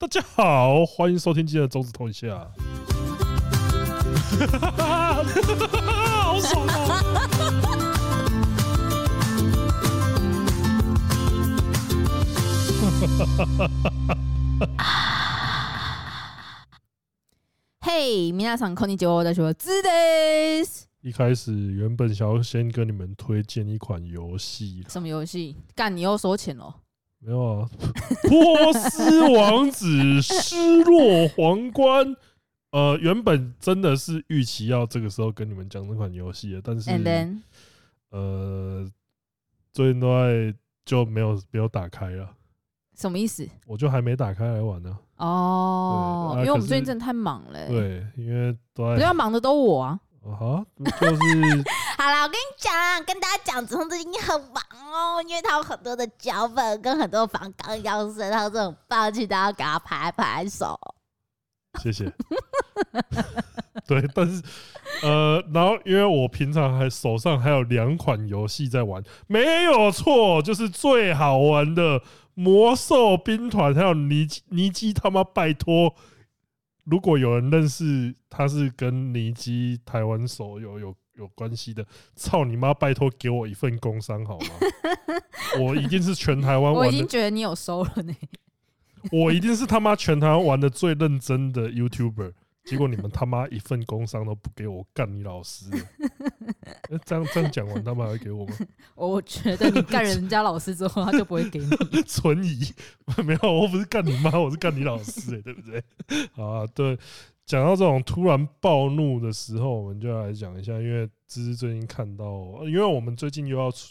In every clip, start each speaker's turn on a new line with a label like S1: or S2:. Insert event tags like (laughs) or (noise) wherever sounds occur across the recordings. S1: 大家好，欢迎收听今天的中指通一下。
S2: (laughs)
S1: 好爽哦！
S2: 嘿，皆さんこんにちは，大家好，知です。
S1: 一开始原本想要先跟你们推荐一款游戏，
S2: 什么游戏？干，你又收钱哦了？
S1: 没有啊，《波斯王子失落皇冠》。呃，原本真的是预期要这个时候跟你们讲这款游戏的，但是
S2: And then
S1: 呃，最近都在就没有没有打开了，
S2: 什么意思？
S1: 我就还没打开来玩呢、
S2: 哦，
S1: 对啊
S2: 因为我
S1: 可
S2: 们
S1: 是
S2: 最近真的太忙了、欸，
S1: 对，因为都
S2: 比
S1: 在
S2: 较忙的都我啊。
S1: 啊，就是 (laughs)
S3: 好啦，我跟你讲啦，跟大家讲，子通最近很忙哦，因为他有很多的脚本跟很多房刚要生，他这种棒，去都要给他拍拍手。
S1: 谢谢。 (laughs) 对，但是呃，然后因为我平常还手上还有两款游戏在玩，没有错，就是最好玩的《魔兽兵团》还有尼基尼基他妈拜托。如果有人认识他是跟尼基台湾手游有有关系的，操你妈！拜托给我一份工伤好吗？ (laughs) 我一定是全台湾
S2: 我
S1: 哦玩
S2: 已
S1: 的
S2: 经，觉得你有收了呢、 (laughs)
S1: 我一定是他妈全台湾玩的最认真的 YouTuber，结果你们他妈一份工伤都不给我，干你老
S2: (laughs)
S1: 师！呃这样这样讲完，他们还会给我吗？ (laughs)
S2: 我觉得你干人家老师之后，他就不会
S1: (laughs)
S2: 给你。
S1: 存疑， (laughs) 没有，我不是干你妈，我是干你老师、欸，对不对？ (laughs) 好啊，对，讲到这种突然暴怒的时候，我们就来讲一下，因为芝芝最近看到，呃因为我们最近又要出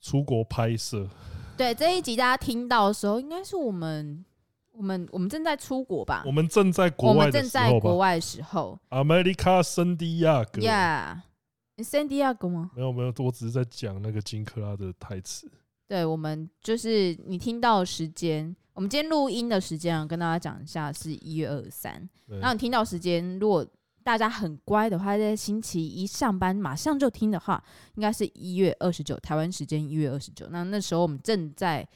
S1: 出国拍摄，
S2: 对，这一集大家听到的时候，应该是我们我们我们正在出国吧
S1: 我？们正在
S2: 我
S1: 国外
S2: 们
S1: 的
S2: 正
S1: 时
S2: 在
S1: 候
S2: 国
S1: 吧
S2: 外的时候
S1: ，America 圣地亚哥。
S2: ，Yeah，San Diego 吗？
S1: 没有没有，我只是在讲那个金克拉的台词。
S2: 对，我们就是你听到的时间，我们今天录音的时间啊，跟大家讲一下是一月二三。
S1: 对
S2: 然后你听到时间，如果大家很乖的话，在星期一上班马上就听的话，应该是一月二十九，台湾时间一月二十九。那那时候我们正在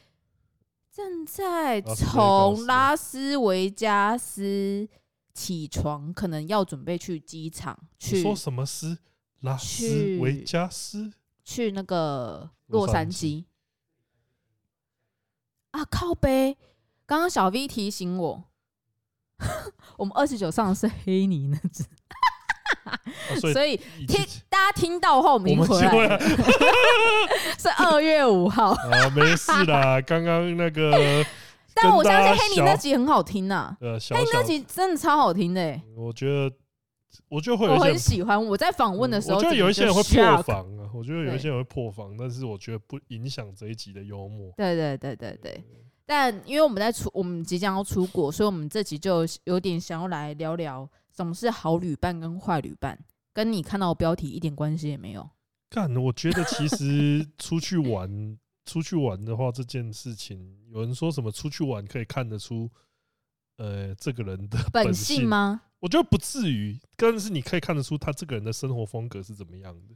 S2: 正在
S1: 拉斯维加斯
S2: 从拉斯维加斯起床，可能要准备去机场
S1: 你
S2: 去
S1: 说什么斯拉斯
S2: 去
S1: 维加斯？
S2: 去那个
S1: 洛
S2: 洛
S1: 杉
S2: 杉矶啊，靠背！刚刚小 V 提醒我，我们二十九上的是黑泥那只，
S1: 啊 (laughs) 所以
S2: 所以
S1: 已经
S2: 听大家听到的话，我们已
S1: 我
S2: 经
S1: 们
S2: 回
S1: 就会
S2: 来了，是二月五号。，
S1: (laughs) 啊，没事啦。刚刚那个
S2: (laughs) 但我
S1: 跟大家
S2: 相信黑泥
S1: 小
S2: 那集很好听呐、
S1: 呃小
S2: 黑泥那
S1: 小，
S2: 集真的超好听的、欸，
S1: 我觉得我觉得会有
S2: 我
S1: 一些
S2: 很
S1: 人
S2: 喜欢。我在访问的时候，
S1: 我觉得有一些人会
S2: 整个
S1: 破
S2: 就 shock。
S1: 防啊，我觉得有一
S2: 对
S1: 些人会破防，但是我觉得不影响这一集的幽默。
S2: 对对对对对。但因为我们在出，我们即将要出国，所以我们这集就有点想要来聊聊什么是好旅伴跟坏旅伴，跟你看到的标题一点关系也没有。
S1: 干，我觉得其
S2: (laughs)
S1: 实出去玩，出去玩的话，这件事情，有人说什么出去玩可以看得出，呃，这个人的
S2: 本
S1: 性
S2: 性？吗？
S1: 我觉得不至于，但是你可以看得出他这个人的生活风格是怎么样的。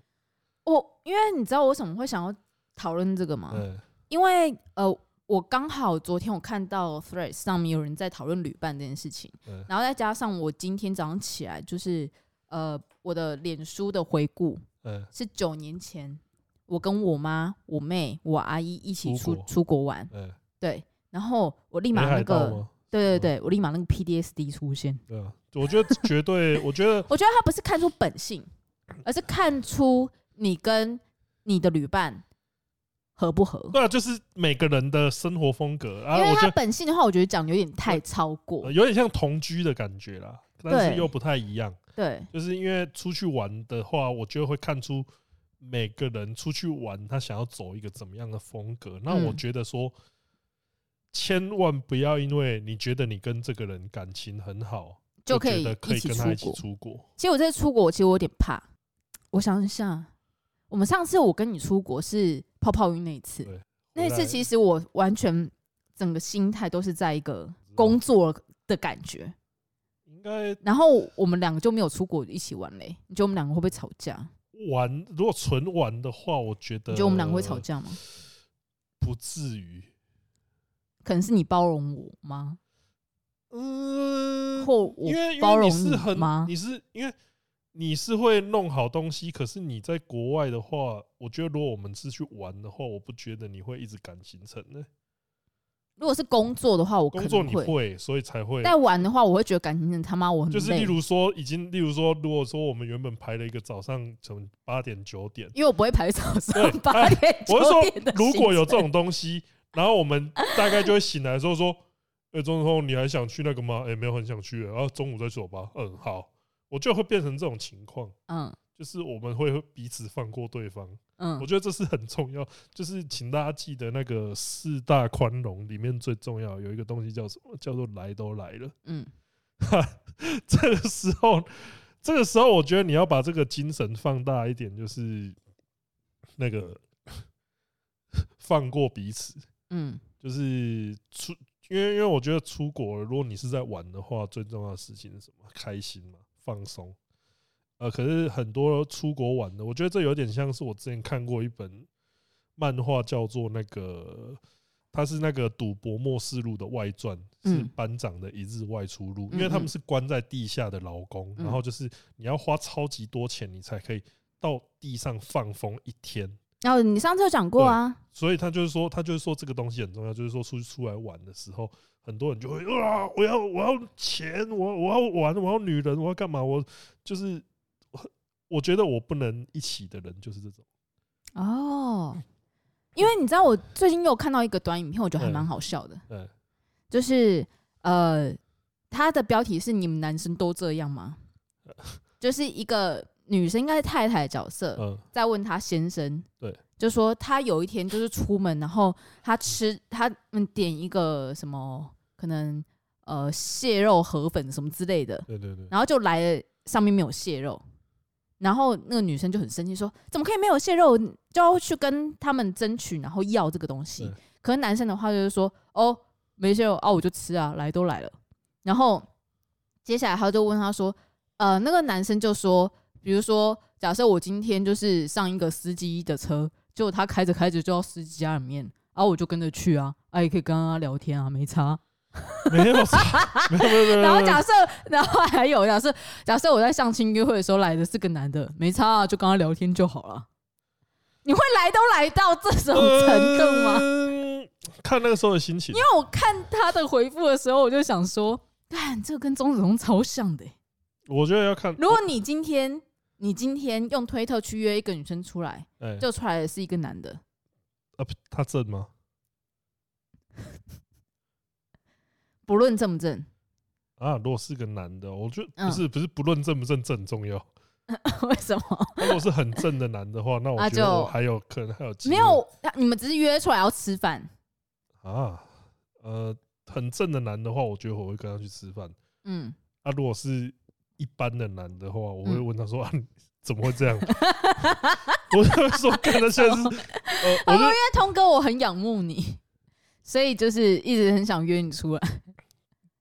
S2: 我因为你知道我为什么会想要讨论这个吗？
S1: 嗯、
S2: 因为呃，我刚好昨天我看到 Threads 上面有人在讨论旅伴这件事情，
S1: 嗯
S2: 然后再加上我今天早上起来就是呃我的脸书的回顾，
S1: 嗯，
S2: 是九年前，我跟我妈、我妹、我阿姨一起
S1: 出
S2: 出
S1: 国
S2: 出国玩，
S1: 嗯，
S2: 对，然后我立
S1: 北
S2: 马那
S1: 海道
S2: 个，
S1: 吗？嗯
S2: 对对对，我立马那个 PDSD 出现。
S1: 对啊，我觉得绝对，我觉得
S2: 我觉得他不是看出本性，而是看出你跟你的旅伴合不合。
S1: 对啊，就是每个人的生活风格啊，
S2: 因为
S1: 我觉
S2: 他
S1: 得、
S2: 本性的话，我觉得讲有点太超过
S1: 呃。有点像同居的感觉啦，但是
S2: 对
S1: 又不太一样。
S2: 对
S1: 就是因为出去玩的话，我就会看出每个人出去玩他想要走一个怎么样的风格。那
S2: 嗯
S1: 我觉得说，千万不要因为你觉得你跟这个人感情很好，
S2: 就可
S1: 觉
S2: 以
S1: 得可
S2: 一
S1: 以
S2: 起
S1: 跟他一
S2: 出
S1: 起
S2: 国
S1: 出国。
S2: 其实我这次出国，我其实我有点怕。我想一下，我们上次我跟你出国是泡泡浴那一次
S1: 对，
S2: 那一次其
S1: 实
S2: 实我完全整个心态都是在一个工作的感觉，
S1: 应该
S2: 然后我们两个就没有出国一起玩嘞。你觉得我们两个会不会吵架？
S1: 玩，如果纯玩的话，我觉得
S2: 你觉得我们两个会吵，架吗？
S1: 呃不至于。
S2: 可能是你包容我吗？
S1: 嗯，
S2: 或我
S1: 因为因
S2: 包
S1: 为
S2: 容
S1: 你是很
S2: 吗？
S1: 你是因为你是会弄好东西，可是你在国外的话，我觉得如果我们是去玩的话，我不觉得你会一直赶行程呢、
S2: 如果是工作的话，我可
S1: 工作
S2: 能
S1: 你
S2: 会；
S1: 会，所以才会。
S2: 但玩的话，我会觉得感情真的他妈我很累。
S1: 就是例如说，已经例如说，如果说我们原本排了一个早上从八点九点，
S2: 因为我不会排早
S1: 对
S2: 上八点
S1: (laughs) 我是
S2: 九点
S1: 说
S2: 的行程。
S1: 如果有这种东西，然后我们大概就会醒来的时候说，哎，钟总，你还想去那个吗？哎，没有很想去，然后中午再说吧。嗯，好，我就会变成这种情况。
S2: 嗯
S1: 就是我们会彼此放过对方，我
S2: 嗯，
S1: 觉得这是很重要。就是请大家记得那个四大宽容里面最重要有一个东西叫什么？叫做来都来了。 (laughs)
S2: 嗯，
S1: 这个时候，这个时候，我觉得你要把这个精神放大一点，就是那个 (laughs) 放过彼此。
S2: 嗯，
S1: 就是出，因为因为我觉得出国，如果你是在玩的话，最重要的事情是什么？开心嘛，放松。呃，可是很多出国玩的，我觉得这有点像是我之前看过一本漫画，叫做那个，它是那个《赌博默示录》的外传，是
S2: 嗯
S1: 班长的一日外出录，因
S2: 嗯
S1: 为他们
S2: 嗯
S1: 是关在地下的劳工，
S2: 嗯
S1: 然后就是你要花超级多钱，你才可以到地上放风一天。
S2: 然哦后你上次有讲过啊，
S1: 所以他就是说，他就是说这个东西很重要，就是说出去出来玩的时候，很多人就会啊，我要我要钱，我我要玩，我要女人，我要干嘛？我就是，我觉得我不能一起的人就是这种，
S2: 哦，因为你知道我最近又看到一个短影片，我觉得还蛮好笑的，
S1: 嗯，
S2: 就是呃，它的标题是“你们男生都这样吗？”
S1: (laughs)
S2: 就是一个女生应该是太太的角色，
S1: 嗯，
S2: 在问她先生，
S1: 对，
S2: 就说她有一天就是出门，然后她吃她嗯点一个什么可能呃蟹肉河粉什么之类的，
S1: 对对对，
S2: 然后就来了上面没有蟹肉，然后那个女生就很生气说：“怎么可以没有蟹肉？就要去跟他们争取，然后要这个东西
S1: 对。”
S2: 可是男生的话就是说：“哦，没蟹肉啊，我就吃啊，来都来了。”然后接下来他就问他说：“呃，那个男生就说，比如说，假设我今天就是上一个司机的车，结果他开着开着就到司机家里面，然、后我就跟着去啊，啊也可以跟他聊天啊，没差。”
S1: 没有 (laughs) 错，没有没有没有，
S2: 然后假设，然后还有假设，假设我在相亲约会的时候来的是个男的，没差、啊，就跟他聊天就好了。你会来都来到这种程度 (laughs) 吗？
S1: 吗？嗯看那个时候的心情，
S2: 因为我看他的回复的时候，我就想说，看这个跟钟子彤超像的欸、
S1: 我觉得要看，
S2: 如果你今天，你今天用推特去约一个女生出来，
S1: 哎，
S2: 就出来的是一个男的，
S1: 啊不他正吗？
S2: 不论正不正，
S1: 啊，如果是个男的，我觉得
S2: 嗯
S1: 不是不是，不论正不正，正很重要。
S2: (laughs) 为什么
S1: 如果是很正的男的话，那我
S2: 啊
S1: 觉得我
S2: 就
S1: 还有可能还有机会
S2: 没有？你们只是约出来要吃饭，
S1: 啊，呃，很正的男的话，我觉得我会跟他去吃饭。
S2: 嗯，
S1: 啊，如果是一般的男的话，我会
S2: 嗯
S1: 问他说、啊，你怎么会这样？ (laughs) 我就会说，看他现在是，
S2: (laughs)
S1: 呃，我就
S2: 哦因为通哥我很仰慕你， (laughs) 所以就是一直很想约你出来。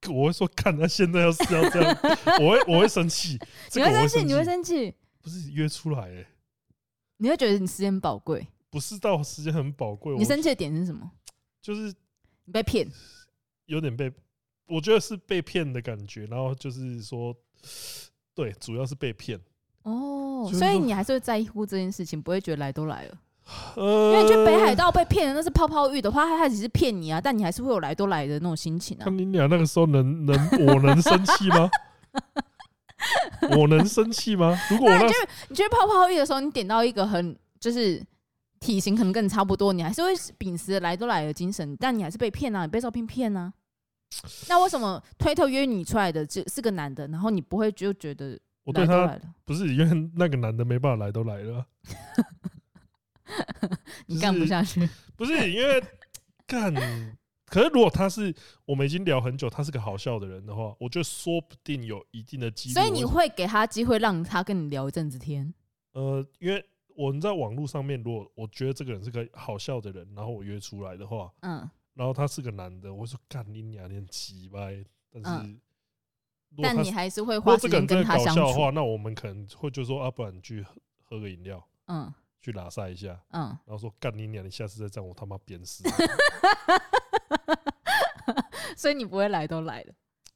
S1: 我会说，看他现在要是要这样，我会我会生气，
S2: (laughs)
S1: 这
S2: 你
S1: 个
S2: 会
S1: 我
S2: 生
S1: 气
S2: 气，，你会生气，
S1: 不是约出来、欸，
S2: 你会觉得你时间宝贵。
S1: 不是到时间很宝贵，我
S2: 你生气的点是什么？
S1: 就是
S2: 你被骗，
S1: 有点被，我觉得是被骗的感觉，然后就是说，对，主要是被骗。
S2: 哦
S1: 就，是
S2: 所以
S1: 说
S2: 你还是会在乎这件事情，不会觉得来都来了。因
S1: 呃，
S2: 为去北海道被骗的那是泡泡浴的话，他他只是骗你啊，但你还是会有来都来的那种心情啊
S1: 看。你俩那个时候能能，我能生气
S2: (laughs)
S1: 吗？我能生气吗？如果我那时
S2: 你去泡泡浴的时候，你点到一个很就是体型可能跟你差不多，你还是会秉持来都来的精神，但你还是被骗啊，你被照片骗啊。那为什么推特约你出来的这是个男的，然后你不会就觉得
S1: 我对
S2: 来都
S1: 他
S2: 来了？
S1: 不是因为那个男的没办法来都来了，
S2: (laughs) 你干不下去。
S1: 不是因为干可是如果他是我们已经聊很久，他是个好笑的人的话，我觉得说不定有一定的几率。
S2: 所以你会给他机会让他跟你聊一阵子天，
S1: 呃，因为我们在网络上面，如果我觉得这个人是个好笑的人，然后我约出来的话，
S2: 嗯，
S1: 然后他是个男的，我会说干你娘，你很鸡掰。但是
S2: 嗯，
S1: 如果他
S2: 但你
S1: 是
S2: 还是会
S1: 如果
S2: 花
S1: 这
S2: 时
S1: 个
S2: 间
S1: 人真
S2: 跟
S1: 的
S2: 他
S1: 搞
S2: 相
S1: 笑的
S2: 处
S1: 话，，那我们可能会就说啊，不然你去喝喝个饮料，
S2: 嗯
S1: 去拉撒一下，
S2: 嗯，
S1: 然后说干你娘，你下次再这样，我他妈鞭死
S2: (laughs)
S1: 你。
S2: 所以你不会来都来了，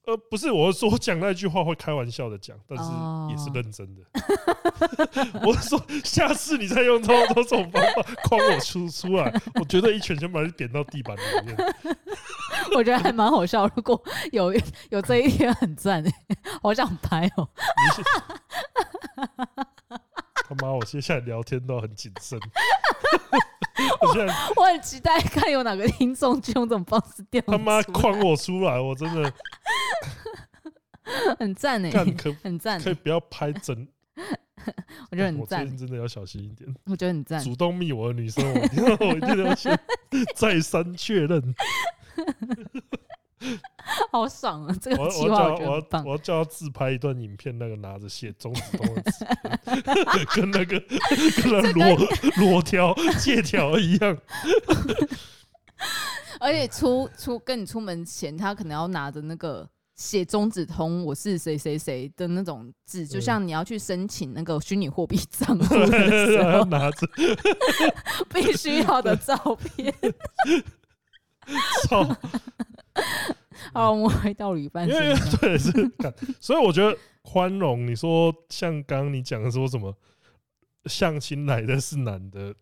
S1: 呃，不是，我是说我讲那句话会开玩笑的讲，但是
S2: 哦
S1: 也是认真的。 (laughs) 我是说，下次你再用这种这种方法框我出出来，我觉得一拳先把你扁到地板里面。
S2: 我觉得还蛮好笑。如果有有这一天很赞、欸， (laughs) 好想拍哦、
S1: 你是 (laughs) 他妈，我接下来聊天都很谨慎。 (laughs) 我现在
S2: (laughs) 我很期待看有哪个听众就用这种方式掉
S1: 他妈
S2: 出来
S1: 框我出来，我真的
S2: 很赞哎、
S1: 干可
S2: 很赞欸、
S1: 可以不要拍真，
S2: 我觉得很
S1: 我最
S2: 赞欸
S1: 近，真的要小心一点。
S2: 我觉得很赞。
S1: 主动密我的女生，我一定要我一 (laughs) 定要先再三确认。
S2: (laughs) 好爽啊！这
S1: 我
S2: 个
S1: 要我
S2: 计
S1: 要
S2: 划
S1: 叫他
S2: 觉得
S1: 我
S2: 很
S1: 要
S2: 棒
S1: 我。要叫他自拍一段影片，那个拿着写中指动的指
S2: (laughs)
S1: 纹跟那个跟那裸裸条借条一样。
S2: 而且出出跟你出门前，他可能要拿着那个写中指通我是谁谁谁的那种字，
S1: 嗯
S2: 就像你要去申请那个虚拟货币账户的
S1: (laughs)
S2: 时
S1: 然后
S2: 候
S1: 拿着，
S2: 必须要的照片。
S1: 操！
S2: 好，我们回到旅伴
S1: 因为因
S2: 身
S1: 为
S2: 上。
S1: 对是，干所以我觉得宽容。你说像刚刚你讲的说什么相亲来的是男的，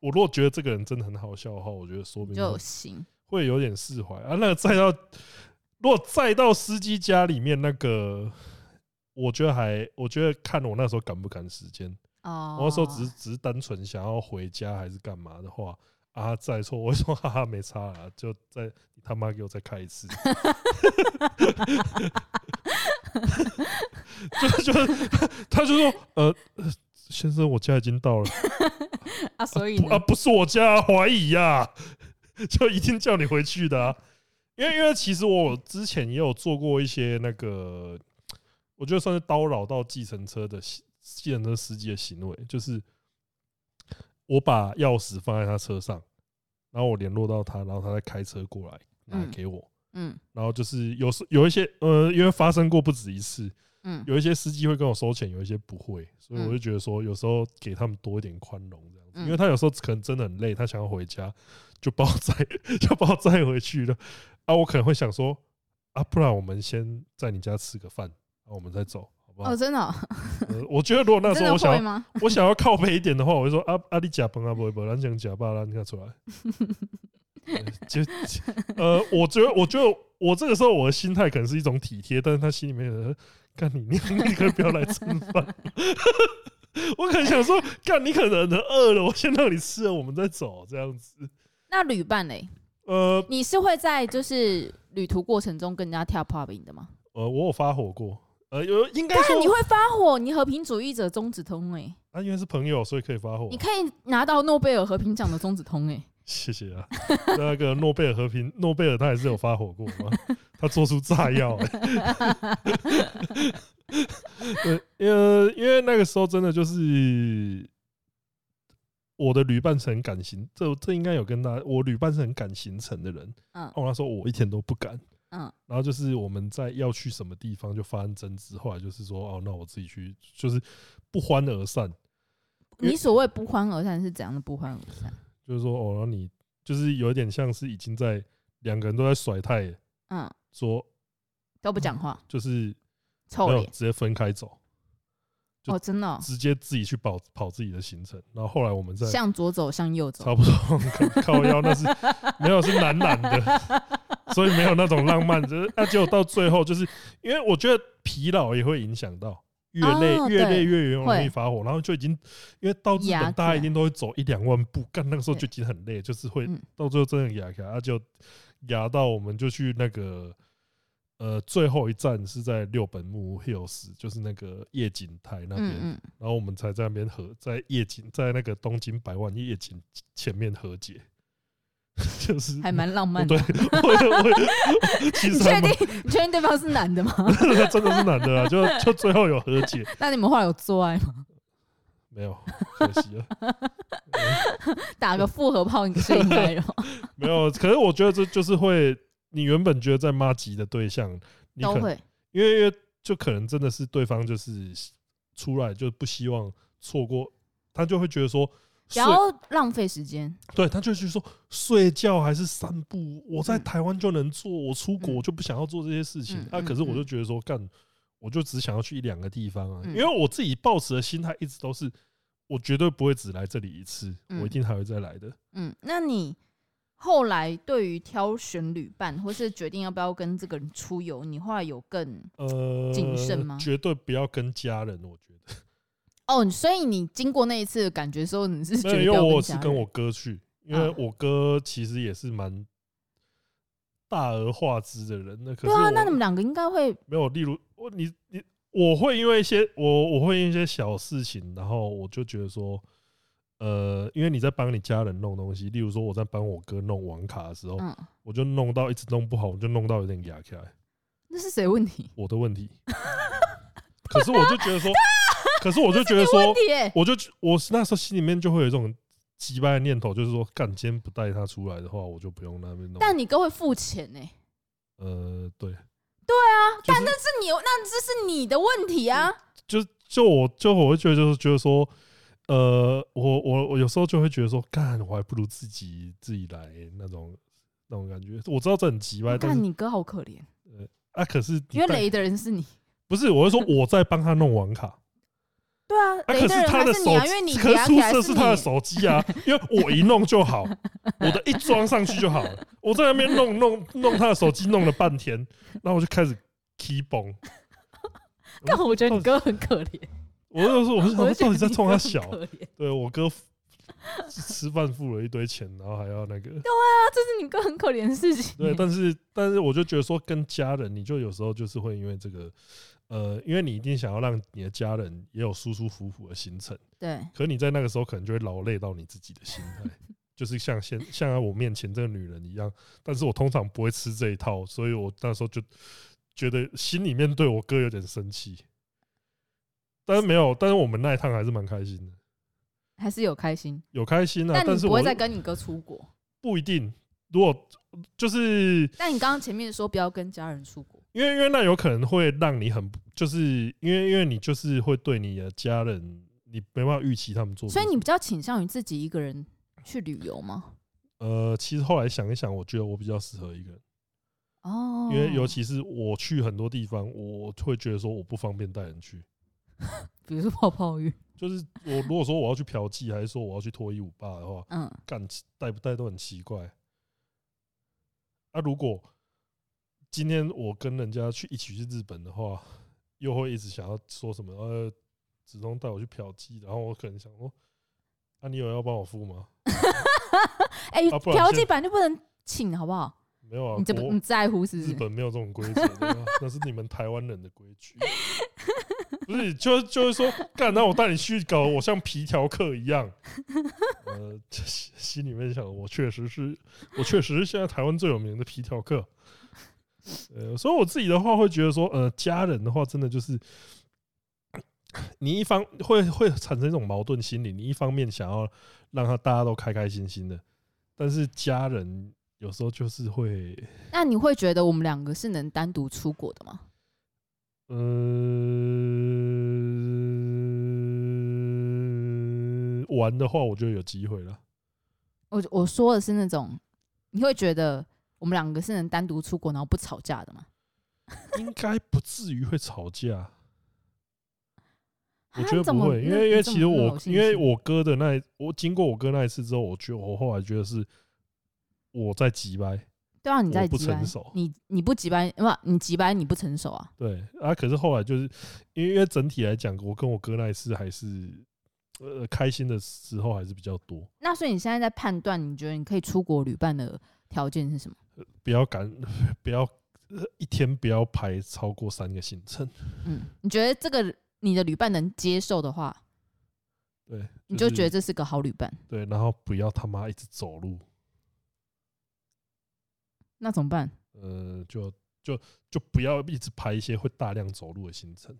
S1: 我如果觉得这个人真的很好笑的话，我觉得说明
S2: 就行，
S1: 会有点释怀啊。那个再到，如果再到司机家里面那个，我觉得还，我觉得看我那时候赶不赶时间。
S2: 哦，
S1: 我那时候只是只是单纯想要回家还是干嘛的话，啊，再错，我会说 (laughs) 哈哈没差啦，就再你他妈给我再开一次。 (laughs) 就就他就说呃，呃先生，我家已经到了。
S2: 啊，所以
S1: 不啊，
S2: 呢，
S1: 不是我家怀疑呀、 (laughs) 就一定叫你回去的啊。因为因为其实我之前也有做过一些那个，我觉得算是叨扰到计程车的行计程车司机的行为，就是我把钥匙放在他车上，然后我联络到他，然后他再开车过来拿
S2: 嗯
S1: 给我。
S2: 嗯
S1: 然后就是有时有一些呃，因为发生过不止一次，
S2: 嗯，
S1: 有一些司机会跟我收钱，有一些不会，所以我就觉得说，有时候给他们多一点宽容这样子，
S2: 嗯
S1: 因为他有时候可能真的很累，他想要回家，就把我载 (laughs) 就把我载回去了啊，我可能会想说啊，不然我们先在你家吃个饭，啊，我们再走，好不好
S2: 哦，？真的哦，
S1: 呃我觉得如果那时
S2: 真
S1: 候
S2: 的
S1: 我想
S2: 会
S1: 要
S2: 吗？
S1: 我想要靠北一点的话，我就说啊啊，你假崩啊，不会不会，咱讲假吧，让你看出来。呃就呃，我觉得，我觉得我这个时候我的心态可能是一种体贴，但是他心里面有人干你娘，你可以不要来蹭饭。 (laughs) 我可能想说，干你可能饿了，我先让你吃了，我们再走这样子。
S2: 那旅伴嘞，
S1: 呃
S2: 你是会在就是旅途过程中跟人家跳 pub 的吗？
S1: 呃，我有发火过，呃，有应该
S2: 但
S1: 说
S2: 你会发火，啊你和平主义者中指通哎、
S1: 啊，因为是朋友，所以可以发火
S2: 你。可以拿到诺贝尔和平奖的中指通哎、
S1: 谢谢啊， (laughs) 那个诺贝尔和平，诺贝尔他还是有发火过吗？他做出炸药、 (laughs) 欸，对，因为因为那个时候真的就是我的旅伴是很敢行，这这应该有跟他，我旅伴是很敢行程的人，哦
S2: 嗯
S1: 我他说我一点都不敢，
S2: 嗯
S1: 然后就是我们在要去什么地方就发生争执，后来就是说哦，那我自己去，就是不欢而散，
S2: 你所谓不欢而散是怎样的不欢而散？
S1: 就是说哦，然后你就是有点像是已经在两个人都在甩太了。
S2: 嗯，
S1: 说
S2: 都不讲话，
S1: 就是
S2: 臭
S1: 没有
S2: 脸
S1: 直接分开走，就
S2: 哦，真的哦、
S1: 直接自己去跑跑自己的行程。然后后来我们再
S2: 向左走，向右走。
S1: 差不多靠靠腰，
S2: (laughs)
S1: 那是没有是男男的，所以没有那种浪漫。呃就是那结果到最后，就是因为我觉得疲劳也会影响到。越累
S2: 哦
S1: 越
S2: 对
S1: 累越容易
S2: 会
S1: 发火，然后就已经因为到日
S2: 压
S1: 本大家一
S2: 起来
S1: 定都会走一两万步，干那个时候
S2: 对
S1: 就已经很累，就是会
S2: 嗯
S1: 到最后真的压开，啊就压到我们就去那个呃最后一站是在六本木 Hills，就是那个夜景台那边，
S2: 嗯嗯，
S1: 然后我们才在那边和在夜景，在那个东京百万夜景前面和解。 (laughs) 就是
S2: 还蛮浪漫的
S1: 对。，我也我也
S2: (laughs)
S1: 其 (laughs)
S2: 你
S1: 实还
S2: 确
S1: 蛮
S2: 定？你确定对方是男的吗？ (laughs)
S1: 真的是男的啊，就就最后有和解，
S2: 那你们后来有做爱吗？
S1: 没有可惜了，
S2: 打个复
S1: (laughs)
S2: 合炮是应该的吗，
S1: 没有。可是我觉得这就是会，你原本觉得在骂级的对象，你
S2: 都
S1: 可能
S2: 会。
S1: 因为因为就可能真的是对方就是出来就不希望错过，他就会觉得说。
S2: 不
S1: 睡
S2: 要浪费时间，
S1: 对，他就去说睡觉还是散步，我在
S2: 嗯
S1: 台湾就能做，我出国
S2: 嗯
S1: 我就不想要做这些事情
S2: 嗯。
S1: 啊，
S2: 嗯
S1: 可是我
S2: 嗯
S1: 就觉得说干，我就只想要去一两个地方啊，
S2: 嗯
S1: 因为我自己抱持的心态一直都是，我绝对不会只来这里一次，
S2: 嗯
S1: 我一定还会再来的。
S2: 嗯，那你后来对于挑选旅伴，或是决定要不要跟这个人出游，你后来有更
S1: 呃，
S2: 谨慎吗
S1: 绝对不要跟家人，我觉得，
S2: 哦，所以你经过那一次的感觉之后，你是觉 (laughs)
S1: 没有
S2: 得
S1: 因为
S2: 要
S1: 我
S2: 家
S1: 是
S2: 人
S1: 跟我哥去，因为
S2: 啊
S1: 我哥其实也是蛮大而化之的人，那可是
S2: 对啊，
S1: 我
S2: 那你们两个应该会
S1: 没有，例如我你你我会因为一些我我会因为一些小事情，然后我就觉得说，呃，因为你在帮你家人弄东西，例如说我在帮我哥弄网卡的时候，
S2: 嗯，
S1: 我就弄到一直弄不好，我就弄到有点压起
S2: (laughs)
S1: 来，
S2: 那是谁的问题？
S1: 我的问题。可是我就觉得
S2: (laughs)
S1: 说，
S2: 啊
S1: 可是我就觉得 (laughs) 说哦
S2: 问，题耶、
S1: 我就我那时候心里面就会有一种击败的念头，就是说，干今天不带他出来的话，我就不用那边弄。
S2: 但你哥会付钱呢、
S1: 呃，对，
S2: 对啊，
S1: 就是
S2: 但那是你，那这是你的问题啊。
S1: 就就我就我会觉得就是觉得说，呃，我我我有时候就会觉得说，干，我还不如自己自己来那种那种感觉。我知道这很急吧，但
S2: 看
S1: 是
S2: 你哥好可怜，
S1: 啊，可是你
S2: 因为
S1: 带
S2: 雷的人是你。
S1: 不是，我是说我在帮他弄网
S2: (laughs)
S1: 卡，
S2: 对啊，
S1: 啊，
S2: 雷
S1: 可
S2: 的人
S1: 他
S2: 还
S1: 的
S2: 是
S1: 手
S2: 你啊，因为你
S1: 机，可是
S2: 压起
S1: 出
S2: 来
S1: 色
S2: 是
S1: 是
S2: 你
S1: 他的手机啊，因为我一弄就好，我的一装上去就好了。我在那边弄弄弄他的手机，弄了半天，然后我就开始 key 崩，
S2: 但我觉得你哥很可怜，
S1: 我就说，我就想
S2: 我
S1: 说
S2: 就觉
S1: 到
S2: 得
S1: 底在
S2: 你
S1: 冲
S2: 哥
S1: (laughs) 他
S2: 很
S1: 小。
S2: 可怜 (laughs) 啊
S1: 对我哥付吃饭付了一堆钱，然后还要那个，
S2: 那这是你哥很可怜的事情。
S1: 对，但是但是我就觉得说跟家人，你就有时候就是会因为这个，呃，因为你一定想要让你的家人也有舒舒服服的行程，
S2: 对，
S1: 可你在那个时候可能就会劳累到你自己的心
S2: (laughs)
S1: 态，就是像现像在我面前这个女人一样，但是我通常不会吃这一套，所以我那时候就觉得心里面对我哥有点生气，但是没有，但是我们那一趟还是蛮开心的，
S2: 还是有开心，
S1: 有开心啊，
S2: 但
S1: 但
S2: 你
S1: 是
S2: 不
S1: 我
S2: 会再跟你哥出国。
S1: 不一定。如果就是
S2: 但你刚刚前面说不要跟家人出国，
S1: 因为因为那有可能会让你很不就是因为因为你就是会对你的家人，你没办法预期他们做出什
S2: 所
S1: 么。
S2: 以你比较倾向于自己一个人去旅游吗？
S1: 呃，其实后来想一想，我觉得我比较适合一个人，
S2: 哦，
S1: 因为尤其是我去很多地方，我会觉得说我不方便带人去。
S2: 比如说泡
S1: (laughs)
S2: 泡浴，
S1: 就是我如果说我要去嫖妓，还是说我要去脱衣舞吧的话，
S2: 嗯，
S1: 干带不带都很奇怪。啊，如果今天我跟人家去一起去日本的话，又会一直想要说什么呃，子通带我去嫖妓，然后我可能想说，啊，你有要帮我付吗？
S2: 哎、
S1: 啊不然
S2: 嫖
S1: 现
S2: 妓版就不能请好不好？
S1: 没有啊，
S2: 你这不
S1: 国
S2: 你在乎是不
S1: 日
S2: 是？
S1: 本没有这种规则的啊，那是你们台湾人的规矩。不是，就就是说，干，那我带你去搞，我像皮条客一样。呃，心心里面想，我确实是，我确实是现在台湾最有名的皮条客。呃，所以我自己的话会觉得说，呃，家人的话真的就是，你一方会会产生一种矛盾心理，你一方面想要让他大家都开开心心的，但是家人有时候就是会
S2: 那你会觉得我们两个是能单独出国的吗？
S1: 嗯，玩的话，我觉得有机会了。
S2: 我我说的是那种，你会觉得我们两个是能单独出国然后不吵架的吗？
S1: (laughs) 应该不至于会吵架，我
S2: 啊
S1: 觉得
S2: 你怎
S1: 不
S2: 么
S1: 会，因
S2: 那
S1: 为因为
S2: 你
S1: 其
S2: 怎
S1: 实
S2: 么那么
S1: 我
S2: 有信
S1: 因为
S2: 心
S1: 我哥的那一我经过我哥那一次之后，我觉得我后来觉得是我在急掰，
S2: 对啊，你在
S1: 我不
S2: 急掰
S1: 成熟，
S2: 你你不急掰，不，你急掰你不成熟啊。
S1: 对啊，可是后来就是因为因为整体来讲，我跟我哥那一次还是呃开心的时候还是比较多，
S2: 那所以你现在在判断，你觉得你可以出国旅伴的条件是什么？
S1: 不要赶， (laughs) 不要呃一天不要排超过三个行程。
S2: 嗯，你觉得这个你的旅伴能接受的话，
S1: 对，
S2: 你就是觉得这是个好旅伴。
S1: 对，然后不要他妈一直走路，
S2: 那怎么办？
S1: 呃，就就就不要一直排一些会大量走路的行程。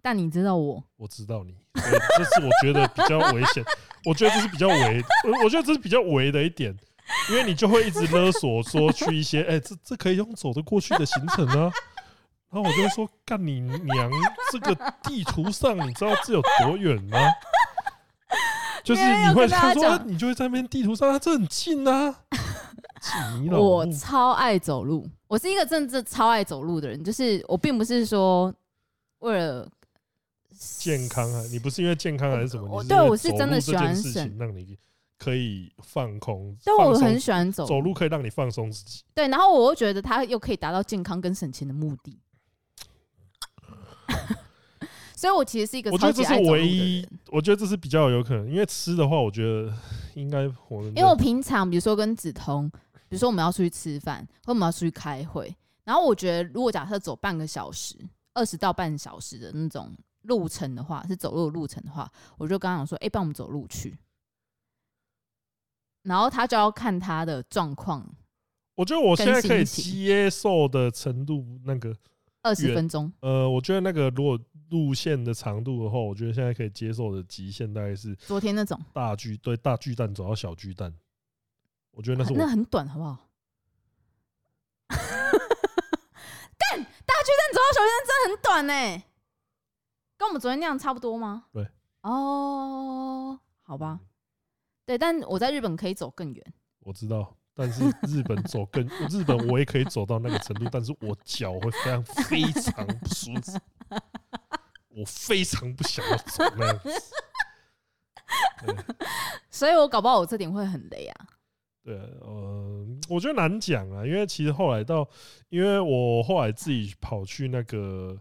S2: 但你知道我，
S1: 我知道你，所以这是我觉得比较危险。我觉得这是比较违，我我觉得这是比较违的一点，因为你就会一直勒索说去一些，哎、这这可以用走得过去的行程啊。然后我就会说，干你娘！这个地图上你知道这有多远吗？就是你会他
S2: 没有跟大家
S1: 说，哎
S2: 讲
S1: 你就会在那边地图上，啊、这很近
S2: (laughs)
S1: 啊，近你老嗯
S2: 我
S1: 母
S2: 超爱走路，我是一个真的超爱走路的人，就是我并不是说为了
S1: 健康啊！你不是因为健康还是什么？
S2: 我
S1: 你
S2: 对
S1: 因为
S2: 我是
S1: 走
S2: 真
S1: 路
S2: 的
S1: 这
S2: 喜
S1: 件
S2: 欢
S1: 事
S2: 省
S1: 情让你可以放空，
S2: 但
S1: 放
S2: 我
S1: 松
S2: 很喜欢走
S1: 走路可以让你放松自己。
S2: 对，然后我又觉得它又可以达到健康跟省钱的目的， (laughs) 所以我其实是一个
S1: 我觉
S2: 超
S1: 得这
S2: 级
S1: 是
S2: 爱走路的
S1: 唯
S2: 人。
S1: 一，我觉得这是比较有可能，因为吃的话，我觉得应该我们
S2: 因为我平常比如说跟梓潼，比如说我们要出去吃饭，或我们要出去开会，然后我觉得如果假设走半个小时，二十到半小时的那种路程的话，是走路的路程的话，我就跟他讲说，哎、帮我们走路去。然后他就要看他的状况，
S1: 我觉得我现在可以
S2: 更新一
S1: 接受的程度，那个
S2: 二十
S1: 远
S2: 分钟，
S1: 呃，我觉得那个如果路线的长度的话，我觉得现在可以接受的极限大概是
S2: 昨天那种，
S1: 大巨对大巨蛋走到小巨蛋，我觉得那是
S2: 那
S1: 我
S2: 很短，好不 (laughs) 好？但大巨蛋走到小巨蛋真的很短呢、跟我们昨天那样差不多吗？
S1: 对。
S2: 哦，好吧。对，但我在日本可以走更远。
S1: 我知道。但是日本走更日本，我也可以走到那个程度，但是我脚会非常非常不舒服，我非常不想要走那样子。对
S2: 所以我搞不好我这点会很累啊。
S1: 对，呃，我觉得难讲啊，因为其实后来到，因为我后来自己跑去那个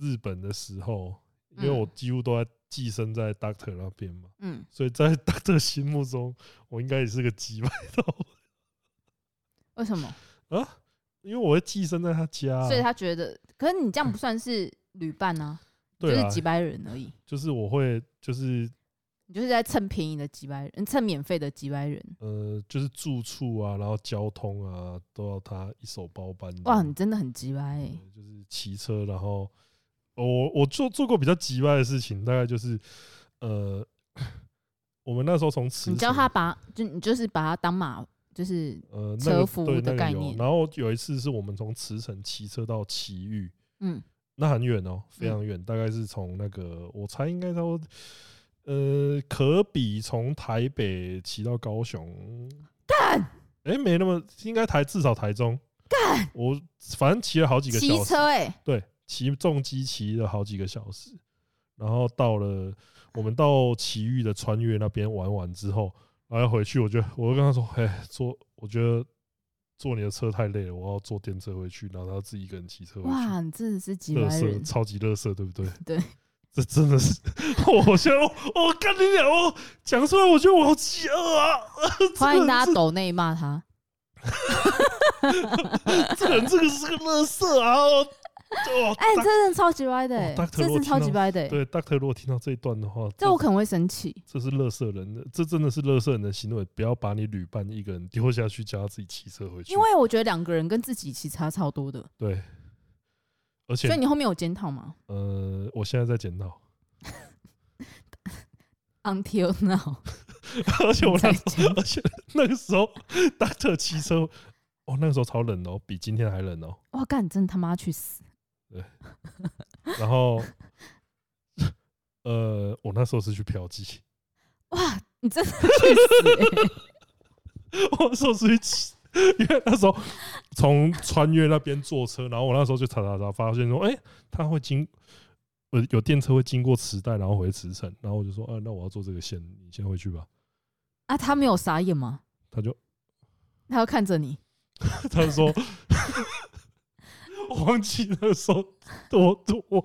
S1: 日本的时候，因为我
S2: 嗯
S1: 几乎都在寄生在 Doctor 那边嘛，
S2: 嗯，
S1: 所以在 (laughs) Doctor 心目中，我应该也是个鸡巴头，
S2: 为什么？
S1: 因为我会寄生在他家啊、
S2: 所以他觉得，可是你这样不算是旅伴啊，就
S1: 对
S2: 是
S1: 啊，
S2: 几百人而已。
S1: 就是我会就是
S2: 你就是在蹭便宜的几百人，蹭免费的几百人。
S1: 呃就是住处啊，然后交通啊都要他一手包办的。
S2: 哇，你真的很鸡巴哎！
S1: 对就是骑车，然后呃我我做做过比较急歪的事情，大概就是呃，我们那时候从慈
S2: 你教
S1: 城
S2: 他把，就你就是把他当马，就是
S1: 呃那
S2: 车
S1: 个
S2: 服
S1: 对那
S2: 的
S1: 个
S2: 概
S1: 有
S2: 念
S1: 然后有一次是我们从慈城骑车到奇遇，
S2: 嗯，
S1: 那很远哦，非
S2: 嗯
S1: 常远，大概是从那个我猜应该说呃，可比从台北骑到高雄，
S2: 干
S1: 哎、没那么应该台至少台中，干我反正骑了好几个小
S2: 骑
S1: 时。
S2: 车哎、
S1: 对，骑重机骑了好几个小时，然后到了我们到奇遇的穿越那边玩完之后，然后要回去，我觉得我就跟他说，哎，坐，我觉得坐你的车太累了，我要坐电车回去，然后他自己一个人骑车回去，
S2: 哇，你真的是几
S1: 乐
S2: 百
S1: 色
S2: 人，
S1: 超级乐色，对不对？
S2: 对。
S1: 这真的是， (laughs) 我现在我我干你俩，我讲出来，我觉得我好饥饿啊！
S2: 欢迎大家抖内骂他。
S1: 这个人这个是个乐色啊！哦，哦
S2: 哎、你真的超级歪的、欸，
S1: 哇，Dr.
S2: 真的是超级歪的、欸，
S1: 对，Doctor，如果啊听到这一段的话，
S2: 这我可能会生气。
S1: 这是乐色人的，这真的是乐色人的行为。不要把你旅伴一个人丢下去，叫他自己骑车回去。
S2: 因为我觉得两个人跟自己其实差超多的，
S1: 对，而且
S2: 所以你后面有检讨吗
S1: 呃，我现在在检
S2: (laughs)
S1: 讨，
S2: ？Until now，
S1: 而且我那
S2: 在
S1: 时
S2: 检
S1: 候，而且那个时候 Doctor 骑车，哦，那个时候超冷哦，比今天还冷哦。
S2: (laughs) 哇，干，你真的他妈去死！
S1: 然后呃，我那时候是去嫖妓，
S2: 哇，你真的去死、欸！
S1: (laughs) 我那时候是去骑。因为那时候从穿越那边坐车，然后我那时候就查查查，发现说，哎、他会经呃有电车会经过池袋，然后回池城，然后我就说，呃，那我要坐这个线，你先回去吧。
S2: 啊，他没有傻眼吗？
S1: 他就
S2: 他要看着你，
S1: 他就说， (laughs) 我忘记那个时候，我我我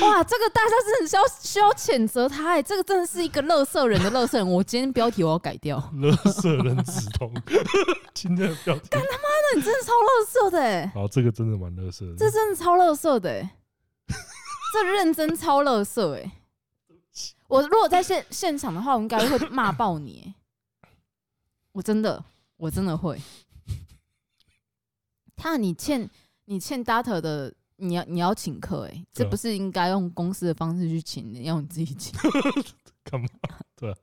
S2: 哇，这个大家真的是要需要谴责他哎、这个真的是一个乐色人的乐色人。我今天标题我要改掉，
S1: 乐色人直通， (laughs) 今天的标题，
S2: 那 (laughs) 你真的超乐色的哎、
S1: 好，这个真的蛮乐色的，
S2: 这真的超乐色的、欸，这认真超乐色哎！我如果在现现场的话，我应该会骂爆你、欸。我真的，我真的会。他你欠你欠 data 的，你要你要请客哎、这
S1: 对啊
S2: 不是应该用公司的方式去请，你要你自己请。
S1: 干嘛？ (laughs) 对啊，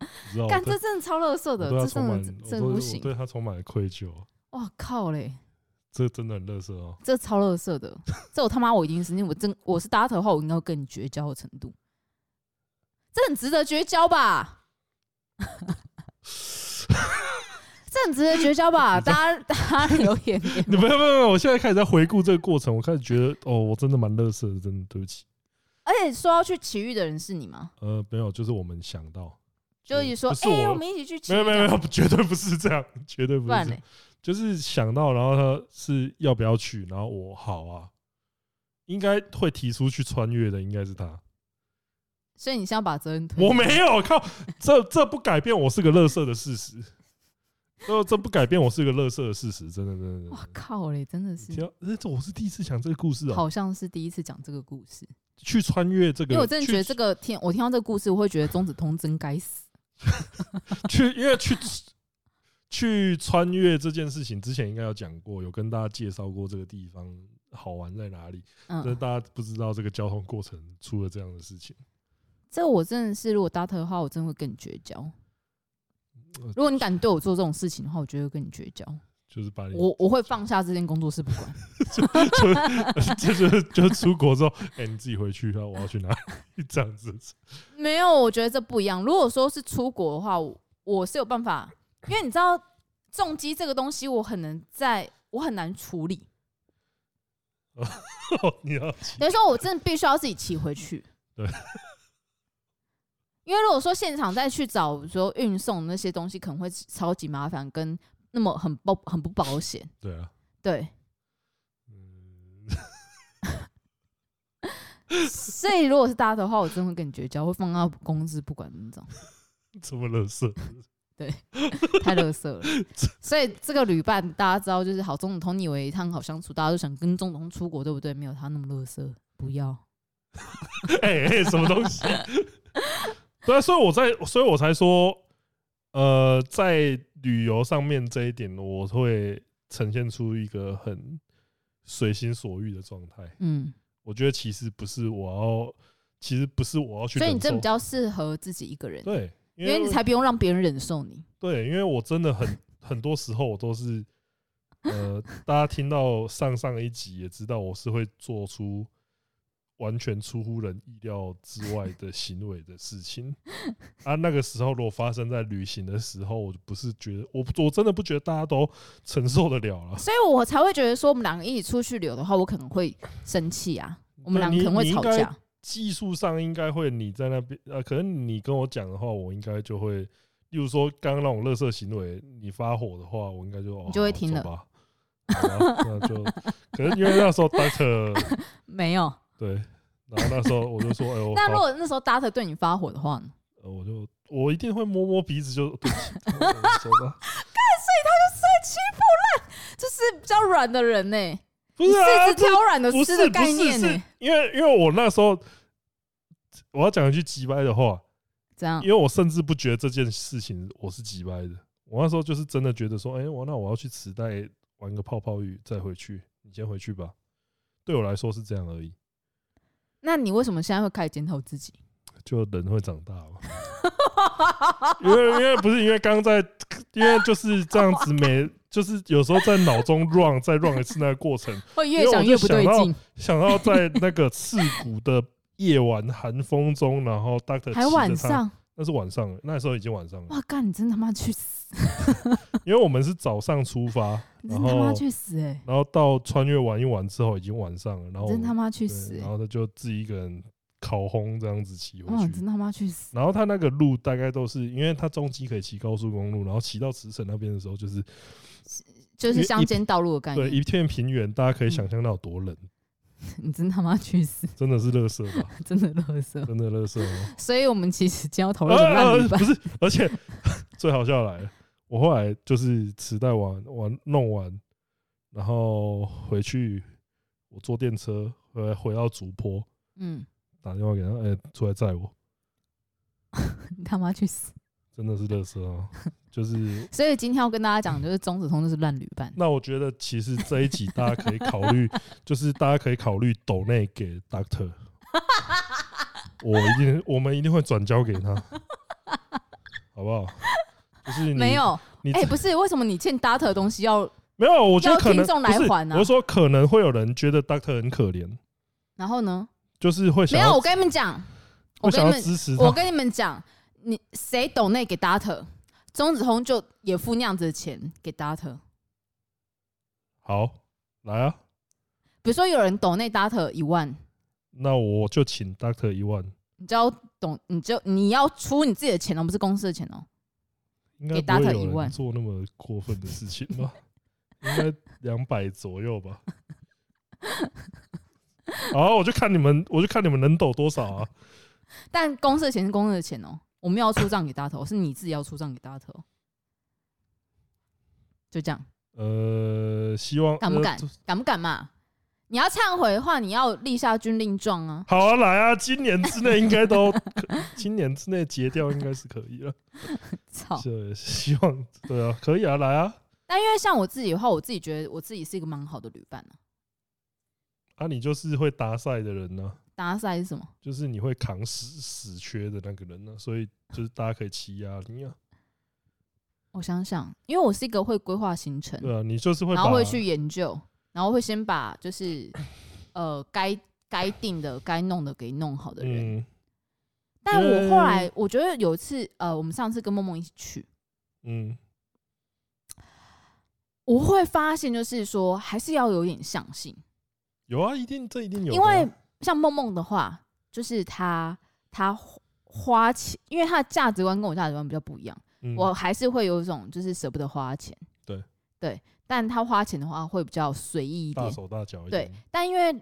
S1: 你知道我
S2: 干
S1: 对
S2: 这真的超垃圾
S1: 我
S2: 的，
S1: 对他
S2: 这
S1: 充
S2: 真的
S1: 满
S2: 真
S1: 我对
S2: 真的不
S1: 我对
S2: 行。
S1: 他充满了愧疚，
S2: 哇靠嘞，
S1: 这真的很乐色
S2: (laughs)
S1: 哦。
S2: 这超垃圾的，这我他妈我一定是，因为我真我是 data 的话，我应该会跟你绝交的程度。这很值得绝交吧？这很值得绝
S1: (laughs)
S2: 交吧？大家大家留言给
S1: 你不要不要不要！我现在开始在回顾这个过程，我开始觉得哦，我真的蛮乐色的，真的对不起。
S2: 而且说要去奇遇的人是你吗？
S1: 呃，没有，就是我们想到，
S2: 就一直说
S1: 嗯不，是
S2: 哎、
S1: 我
S2: 我们一起去奇遇
S1: 没有
S2: 这
S1: 没有
S2: 样，
S1: 没有，绝对不是这样，绝对不
S2: 不
S1: 是
S2: 然
S1: 这样
S2: 嘞，，
S1: 就是想到，然后他是要不要去，然后我好啊，应该会提出去穿越的应该是他，
S2: 所以你先要把责任
S1: (laughs)
S2: 推。
S1: 我没有靠，这这不改变我是个乐色的事实，这这不改变我是个乐色的事实，真的真的真的。
S2: 哇靠嘞，真的
S1: 你
S2: 是
S1: 听，到，呃这我是第一次讲这个故事哦、
S2: 好像是第一次讲这个故事，
S1: 去穿越这个，
S2: 因为我真的觉得
S1: 去
S2: 这个听我听到这个故事，我会觉得钟子通真该死。
S1: 去，因为去去穿越这件事情之前，应该有讲过，有跟大家介绍过这个地方好玩在哪里，但是
S2: 嗯，
S1: 大家不知道这个交通过程出了这样的事情。
S2: 这我真的是，如果搭特的话，我真的会跟你绝交。
S1: 呃
S2: 如果你敢对我做这种事情的话，我绝对会跟你绝交。
S1: 就是把你，
S2: 我我会放下这间工作室不管。
S1: (laughs) 这就是就是出国之后，哎、你自己回去啊，我要去哪里这样子。
S2: (laughs) 没有，我觉得这不一样。如果说是出国的话，我我是有办法，因为你知道重击这个东西，我很能在，我很难处理。
S1: 你要
S2: 等于说，我真的必须要自己骑回 (laughs) 去。
S1: 对。
S2: 因为如果说现场再去找，比如说运送那些东西，可能会超级麻烦，跟那么很不很不保险。
S1: 对啊，
S2: 对，
S1: 嗯，
S2: 所以如果是搭的话，我真的会跟你绝交，会放到公司不管 (laughs) 那种，
S1: 这么乐色，
S2: 太垃圾了。所以这个旅伴大家知道，就是好总统，你以为一趟好相处，大家都想跟总统出国，对不对？没有他那么垃圾，不要。
S1: 哎、哎、什么东西？ (laughs) 对啊，所以我在，所以我才说，呃，在旅游上面这一点，我会呈现出一个很随心所欲的状态。
S2: 嗯，
S1: 我觉得其实不是我要，其实不是我要去
S2: 所
S1: 忍受，
S2: 以你这比较适合自己一个人，
S1: 对，因
S2: 因为你才不用让别人忍受你。
S1: 对，因为我真的很 (laughs) 很多时候我都是，呃，大家听到上上一集也知道我是会做出完全出乎人意料之外的行为的事情啊。那个时候如果发生在旅行的时候，我就不是觉得我我真的不觉得大家都承受得了了。
S2: 所以我才会觉得说，我们两个一起出去旅游的话，我可能会生气啊，我们两个可能会吵
S1: 你你应
S2: 架。
S1: 技术上应该会你在那边，呃，可能你跟我讲的话，我应该就会，例如说刚刚那种垃圾行为，你发火的话，我应该就、哦、
S2: 你就会
S1: 好
S2: 听了
S1: 走吧。好吧，那
S2: (laughs)
S1: 就可能因为那时候 Doctor
S2: 没有。
S1: 对，然后那时候我就说，哎、我
S2: 那如
S1: 好
S2: 果那时候搭特对你发火的话呢？
S1: 呃我就我一定会摸摸鼻子就，对不起，我走吧。
S2: 就是比较软的人呢、
S1: 不
S2: 你
S1: 是啊，
S2: 是
S1: 这
S2: 挑软的
S1: 不
S2: 吃
S1: 是
S2: 的
S1: 不
S2: 概
S1: 是
S2: 念呢、
S1: 是，因为因为我那时候我要讲一句急掰的话，
S2: 这样
S1: 因为我甚至不觉得这件事情我是急掰的，我那时候就是真的觉得说，哎、我那我要去磁带玩个泡泡浴再回去，你先回去吧。对我来说是这样而已，
S2: 那你为什么现在会开始检讨自己？
S1: 就人会长大
S2: (laughs)
S1: 嘛。因为因为不是因为刚刚在，因为就是这样子每就是有时候在脑中 run 再 run 一次那个过程，
S2: 会
S1: 因
S2: 越
S1: 为
S2: 想
S1: 我就
S2: 越不对
S1: 想到
S2: 劲，
S1: 想到在那个刺骨的夜晚寒风中，然后 Doctor
S2: 还晚，上，
S1: 那是晚上了，那时候已经晚上了，
S2: 哇干，你真他妈去死，
S1: 因为我们是早上出发，
S2: 你
S1: 然
S2: 真他妈
S1: 后
S2: 去死哎、
S1: 然后到穿越玩一玩之后，已经晚上了，然后
S2: 你真他妈去
S1: 去
S2: 死、
S1: 然
S2: 欸！
S1: 后他就自己一个人烤烘这样子骑回
S2: 哇，你
S1: 去
S2: 真。他妈去死！
S1: 然后他那个路大概都是，因为他中期可以骑高速公路，然后骑到慈城那边的时候，就是
S2: 就是乡间道路的概
S1: 对
S2: 念，
S1: 一片平原，大家可以
S2: 嗯
S1: 想象到有多冷，
S2: 你真他妈去死，
S1: 真的是乐色
S2: (laughs)
S1: 吧，
S2: 真的乐色。
S1: 真的乐色哦。
S2: 所以我们其实今天要讨
S1: 呃
S2: 论什么烂
S1: 呃，
S2: 旅伴
S1: 不是，而且 (laughs) 最好笑的来了，我后来就是磁带玩玩弄完，然后回去我坐电车回来回到竹坡，
S2: 嗯，
S1: 打电话给他，哎、出来载我。
S2: 你他妈去死！
S1: 真的是乐色啊！ (laughs) 就是
S2: 所以今天要跟大家讲，就是钟子通就是烂旅伴。
S1: 那我觉得其实这一集大家可以考
S2: (laughs)
S1: 虑，就是大家可以考虑抖内给 Doctor，我一定我们一定会转交给
S2: (laughs)
S1: 他，好不好？就是你
S2: 没有，
S1: 你
S2: 哎、不是，为什么你欠 Data 的东西要，
S1: 没有，我觉得
S2: 要
S1: 可能
S2: 听众来
S1: 不是
S2: 还啊
S1: 我是说可能会有人觉得 Doctor 很可怜，
S2: 然后呢？
S1: 就是会想
S2: 没有，
S1: 要
S2: 我跟你们讲，
S1: 会
S2: 我跟
S1: 想要
S2: 你们，
S1: 支持
S2: 我
S1: 他，
S2: 跟你们讲，你谁抖内给 Data，钟子通就也付那样子的钱给 Data。
S1: 好来啊，
S2: 比如说有人抖内 Data 一万，
S1: 那我就请 Doctor 一万，
S2: 你就要懂，你就你要出你自己的钱哦，不是公司的钱哦。
S1: 应该
S2: 给
S1: 不会
S2: Doctor
S1: 有
S2: 一万
S1: 人做那么过分的事情
S2: (laughs)
S1: 吧？应该两百左右吧。 (laughs) 好，我就看你们，我就看你们能抖多少啊！
S2: 但公司的钱是公司的钱哦，我们要出账给 Data，哦是你自己要出账给 Data，哦就这样，
S1: 呃，希望
S2: 敢不
S1: 呃
S2: 敢敢不敢嘛？你要忏悔的话，你要立下军令状啊。
S1: 好啊，来啊！今年之内应该
S2: (laughs)
S1: 都，今年之内结掉应该是可以了。
S2: 操！
S1: 是希望对啊，可以啊，来啊！
S2: 但因为像我自己的话，我自己觉得我自己是一个蛮好的旅伴啊。
S1: 啊，你就是会搭赛的人呢、啊
S2: 搭赛是什么？
S1: 就是你会扛死死缺的那个人呢、啊所以就是大家可以欺压你啊，
S2: 我想想，因为我是一个会规划行程，
S1: 对啊，你就是会
S2: 然后
S1: 把
S2: 会去研究，然后会先把就是呃该该定的、该弄的给弄好的人。
S1: 嗯
S2: 但我后来我觉得有一次，呃，我们上次跟梦梦一起去，
S1: 嗯
S2: 我会发现就是说还是要有点相信，
S1: 有啊，一定这一定有的
S2: 因
S1: 啊，
S2: 为像梦梦的话，就是她她花花钱，因为她的价值观跟我价值观比较不一样。
S1: 嗯
S2: 我还是会有一种就是舍不得花钱。
S1: 对
S2: 对，但他花钱的话会比较随意一
S1: 大
S2: 点。
S1: 手大脚一
S2: 对
S1: 点，
S2: 但因为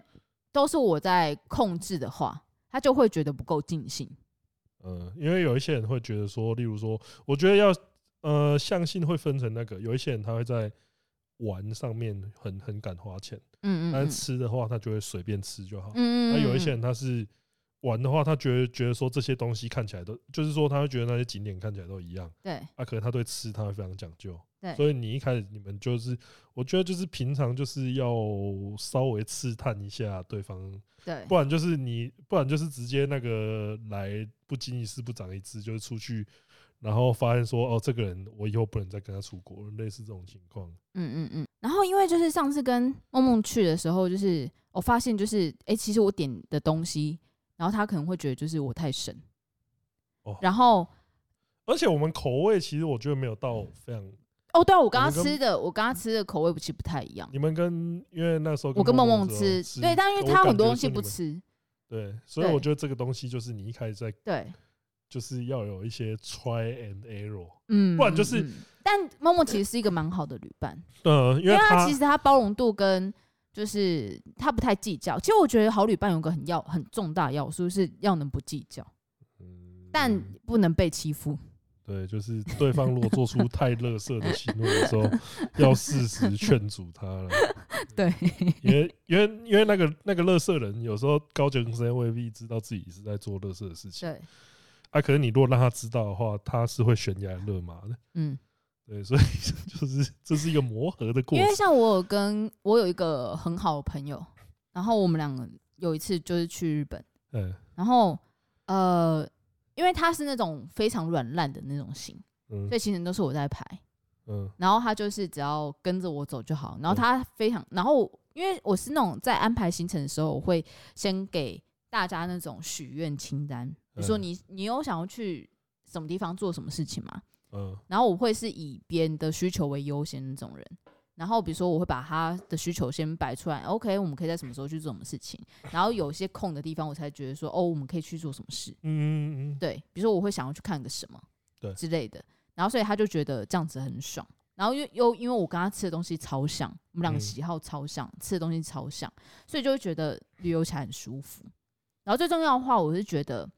S2: 都是我在控制的话，他就会觉得不够尽兴。
S1: 嗯，因为有一些人会觉得说，例如说，我觉得要呃，相信会分成那个，有一些人他会在玩上面很很敢花钱，
S2: 嗯嗯
S1: 但
S2: 嗯
S1: 是吃的话他就会随便吃就好，
S2: 嗯嗯，
S1: 那有一
S2: 嗯
S1: 些人他是玩的话，他觉得觉得说这些东西看起来都，就是说他会觉得那些景点看起来都一样，
S2: 对
S1: 啊，可能他对吃他会非常讲究，
S2: 对
S1: 所以你一开始你们就是，我觉得就是平常就是要稍微刺探一下对方，
S2: 对
S1: 不然就是你，不然就是直接那个来不经一事不长一智，就是出去。然后发现说哦，这个人我以后不能再跟他出国了，类似这种情况。
S2: 嗯嗯嗯。然后因为就是上次跟梦梦去的时候，就是我发现就是哎、诶其实我点的东西，然后他可能会觉得就是我太神。
S1: 哦
S2: 然后
S1: 而且我们口味其实我觉得没有到非常，
S2: 哦，对、啊，我跟他
S1: 我们跟
S2: 吃的，我跟他吃的口味不是不太一样。
S1: 你们跟因为那时候
S2: 我跟
S1: 梦
S2: 梦梦
S1: 的时候，
S2: 吃对，但因为
S1: 我
S2: 他
S1: 感
S2: 很多
S1: 觉
S2: 东西
S1: 是
S2: 不
S1: 你们
S2: 吃，
S1: 对，所以
S2: 对
S1: 我觉得这个东西就是你一开始在，
S2: 对，
S1: 就是要有一些 try and error。
S2: 嗯，
S1: 不然就是
S2: 嗯嗯但默默其实是一个蛮好的旅伴，
S1: 嗯，因
S2: 因为
S1: 他
S2: 他其实他包容度跟就是他不太计较。其实我觉得好旅伴有个很要很重大要素是要能不计较，
S1: 嗯
S2: 但不能被欺负。
S1: 对，就是对方如果做出太乐色的行为的时候，要适时劝阻他了。
S2: (laughs) 对，
S1: 因为因为因为那个那个乐色人，有时候高中生未必知道自己是在做乐色的事情
S2: 对，
S1: 啊。可是你如果让他知道的话，他是会悬崖勒马的。
S2: 嗯，
S1: 对，所以 (laughs) 就是这是一个磨合的过
S2: 因为
S1: 程。
S2: 像我有跟我有一个很好的朋友，然后我们两个有一次就是去日本，
S1: 嗯
S2: 然后呃，因为他是那种非常软烂的那种型，
S1: 嗯
S2: 所以行程都是我在排。
S1: 嗯
S2: 然后他就是只要跟着我走就好。然后他非常，然后因为我是那种在安排行程的时候，我会先给大家那种许愿清单，比如说
S1: 嗯
S2: 你你有想要去什么地方做什么事情吗？
S1: 嗯
S2: 然后我会是以别人的需求为优先那种人。然后比如说我会把他的需求先摆出来，OK，我们可以在什么时候去做什么事情，然后有一些空的地方，我才觉得说哦，我们可以去做什么事。
S1: 嗯嗯嗯，
S2: 对，比如说我会想要去看个什么，
S1: 对
S2: 之类的，然后所以他就觉得这样子很爽，然后又又因为我跟他吃的东西超像，我们两个
S1: 嗯
S2: 喜好超像，吃的东西超像，所以就会觉得旅游起来很舒服。然后最重要的话，我是觉得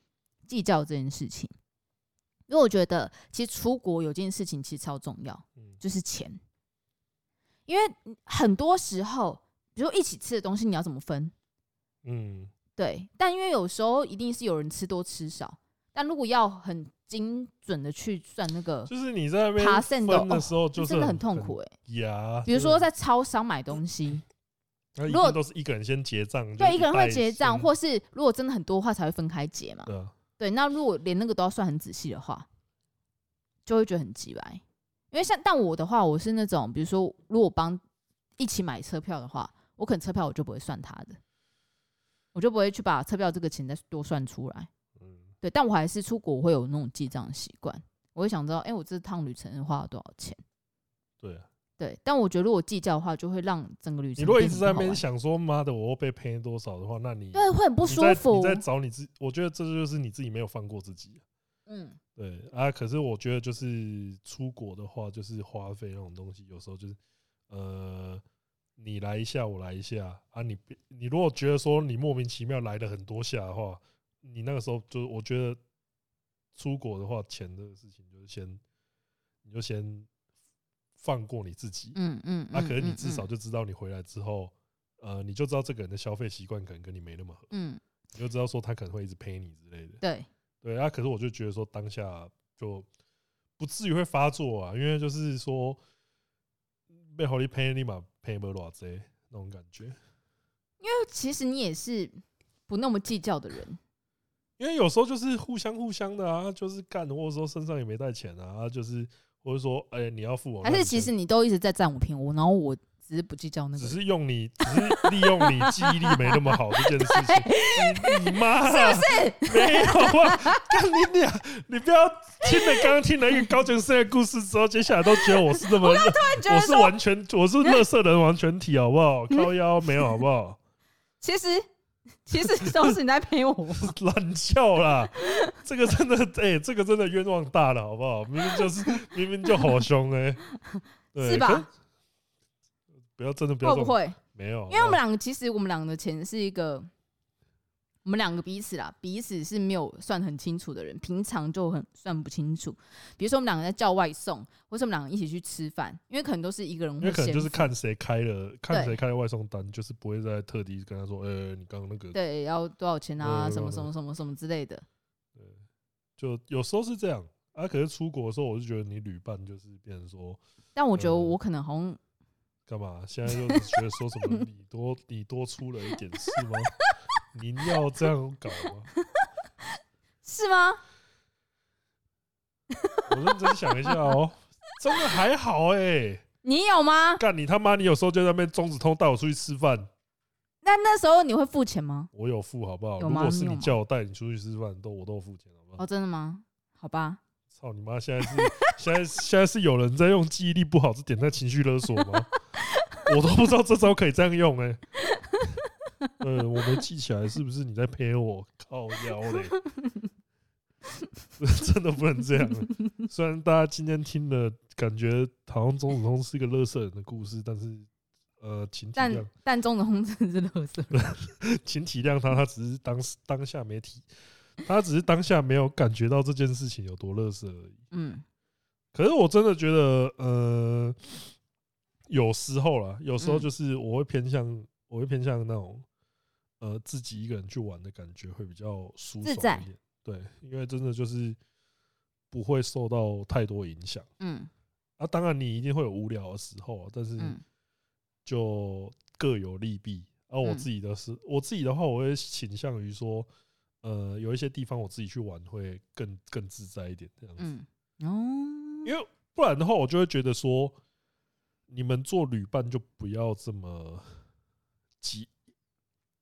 S2: 计较这件事情，因为我觉得其实出国有件事情其实超重要，
S1: 嗯
S2: 就是钱，因为很多时候，比如说一起吃的东西，你要怎么分？
S1: 嗯。
S2: 对，但因为有时候一定是有人吃多吃少，但如果要很精准的去算那个
S1: 就是你在那边
S2: 爬线
S1: 分的时候，
S2: 这
S1: 就是
S2: 真的很痛苦哎、
S1: 呀。
S2: 比如说在超商买东西，
S1: 那一
S2: 如果
S1: 定都是一个人先结账，就
S2: 对，一个人会
S1: 袋
S2: 结账，
S1: 先
S2: 或是如果真的很多的话才会分开结嘛。
S1: 对啊
S2: 对，那如果连那个都要算很仔细的话，就会觉得很鸡白。因为像但我的话，我是那种，比如说如果我帮一起买车票的话，我可能车票我就不会算他的，我就不会去把车票这个钱再多算出来。
S1: 嗯
S2: 对，但我还是出国我会有那种记账的习惯，我会想知道，哎、我这趟旅程花了多少钱。
S1: 对啊，
S2: 对，但我觉得如果计较的话，就会让整个旅程
S1: 你如果一
S2: 变
S1: 直在
S2: 得
S1: 那
S2: 很好
S1: 边
S2: 玩，
S1: 想说妈的，我又被赔多少的话，那你
S2: 对，会啊很不
S1: 不
S2: 舒服
S1: 你。在找你自，我觉得这就是你自己没有放过自己。啊
S2: 嗯，
S1: 对啊，可是我觉得就是出国的话，就是花费那种东西，有时候就是呃，你来一下，我来一下啊你。别你如果觉得说你莫名其妙来了很多下的话，你那个时候就我觉得出国的话，钱这个事情就是先你就先放过你自己。
S2: 嗯嗯，
S1: 啊，可是你
S2: 嗯
S1: 至少，就知道你回来之后，呃，你就知道这个人的消费习惯可能跟你没那么合，
S2: 嗯，嗯
S1: 你就知道说他可能会一直陪你之类的。
S2: 对，
S1: 对啊，可是我就觉得说当下就不至于会发作啊，因为就是说被狐狸陪立马陪不偌济那种感觉。
S2: 就其实你也是不那么计较的人，
S1: 因为有时候就是互相互相的啊，就是干，或者说身上也没带钱啊，啊就是或者说哎、你要付我那
S2: 还
S1: 你先，
S2: 是其实你都一直在占我便宜，我然后我只是不计较那个
S1: 只
S2: 人，
S1: 是用你，只是利用你记忆力没那么好这件事
S2: (laughs)
S1: 情。你你妈、是不是？没有啊！干你俩，你不要听了刚刚听了一个高中生的故事之后，接下来都觉得我是那么，
S2: 觉得
S1: 我是
S2: 说
S1: 完全 (laughs) 我是乐色人完全体，好不好？靠腰没有，好不好？ (laughs)
S2: 其实其实都是你在 (laughs) 陪我，
S1: 懒觉啦，这个真的，哎、这个真的冤枉大了，好不好？明明就是明明就好凶哎、对
S2: 是吧？
S1: 可不要真的不要
S2: 会
S1: 这
S2: 不
S1: 种，
S2: 会？
S1: 没有，啊
S2: 因为我们两个其实我们两个的钱是一个，我们两个彼此啦，彼此是没有算很清楚的人，平常就很算不清楚。比如说我们两个在叫外送，或是我们两个一起去吃饭，因为可能都是一个人会
S1: 因为可能
S2: 先
S1: 就是
S2: 付
S1: 看谁开了，看
S2: 对
S1: 谁开了外送单，就是不会再特地跟他说，呃、你刚刚那个，
S2: 对要多少钱啊，
S1: 嗯
S2: 什么什么什么什么之类的。
S1: 就有时候是这样啊。可是出国的时候，我就觉得你旅伴就是变成说，
S2: 但我觉得
S1: 嗯
S2: 我可能好像
S1: 干嘛？现在就是觉得说什
S2: (laughs)
S1: 么你多你多出了一点是吗？ (laughs) 您要这样搞吗？
S2: 是吗？
S1: 我认真想一下哦，真的还好哎、
S2: 你有吗？
S1: 干你他妈！你有时候就在那边中指通带我出去吃饭，
S2: 那那时候你会付钱吗？
S1: 我有付好不好？
S2: 有
S1: 如
S2: 吗
S1: 果是
S2: 你有
S1: 你
S2: 吗
S1: 叫我带你出去吃饭，都我都有付钱好不好
S2: 哦，？真的吗？好吧，
S1: 操你妈！现在是 (laughs) 现在现在是有人在用记忆力不好这点在情绪勒索吗？ (laughs) 我都不知道这招可以这样用哎、欸。呃，我没记起来，是不是你在陪我？靠腰嘞， (laughs) 真的不能这样。啊虽然大家今天听了，感觉好像钟子通是一个乐色人的故事，但是呃，请体
S2: 但
S1: 谅， (laughs)
S2: 但中的轰真的是垃圾。
S1: 请体谅他，他只是当时当下没体，他只是当下没有感觉到这件事情有多乐色而已。
S2: 嗯
S1: 可是我真的觉得，呃，有时候啦，有时候
S2: 嗯
S1: 就是我会偏向，我会偏向那种，呃，自己一个人去玩的感觉会比较舒
S2: 自
S1: 爽
S2: 在
S1: 一点。对，因为真的就是不会受到太多影响。
S2: 嗯
S1: 啊，当然你一定会有无聊的时候啊，但是
S2: 嗯
S1: 就各有利弊。而、我
S2: 嗯
S1: 自己的是，我自己的话，我会倾向于说，呃，有一些地方我自己去玩会更更自在一点这样子。
S2: 嗯哦，
S1: 因为不然的话，我就会觉得说，你们做旅伴就不要这么急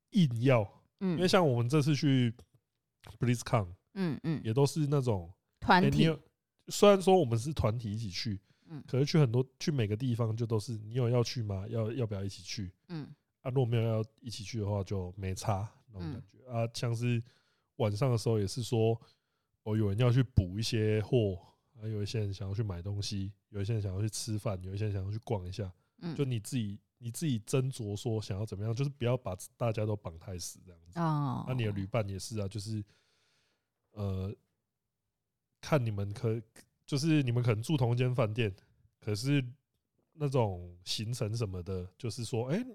S1: 硬要，因为
S2: 嗯
S1: 像我们这次去 BlizzCon
S2: 嗯嗯，
S1: 也都是那种，
S2: 团
S1: 哎你
S2: 体
S1: 有虽然说我们是团体一起去
S2: 嗯，
S1: 可是去很多去每个地方就都是你有要去吗？要要不要一起去？
S2: 嗯
S1: 啊，如果没有要一起去的话，就没差那种感觉、啊。像是晚上的时候也是说，哦，有人要去补一些货，啊，有一些人想要去买东西，有一些人想要去吃饭，有一些人想要去逛一下，
S2: 嗯，
S1: 就你自己你自己斟酌说想要怎么样，就是不要把大家都绑太死这样子。
S2: 哦，
S1: 那、你的旅伴也是啊，就是呃，看你们可就是你们可能住同一间饭店，可是那种行程什么的，就是说，哎、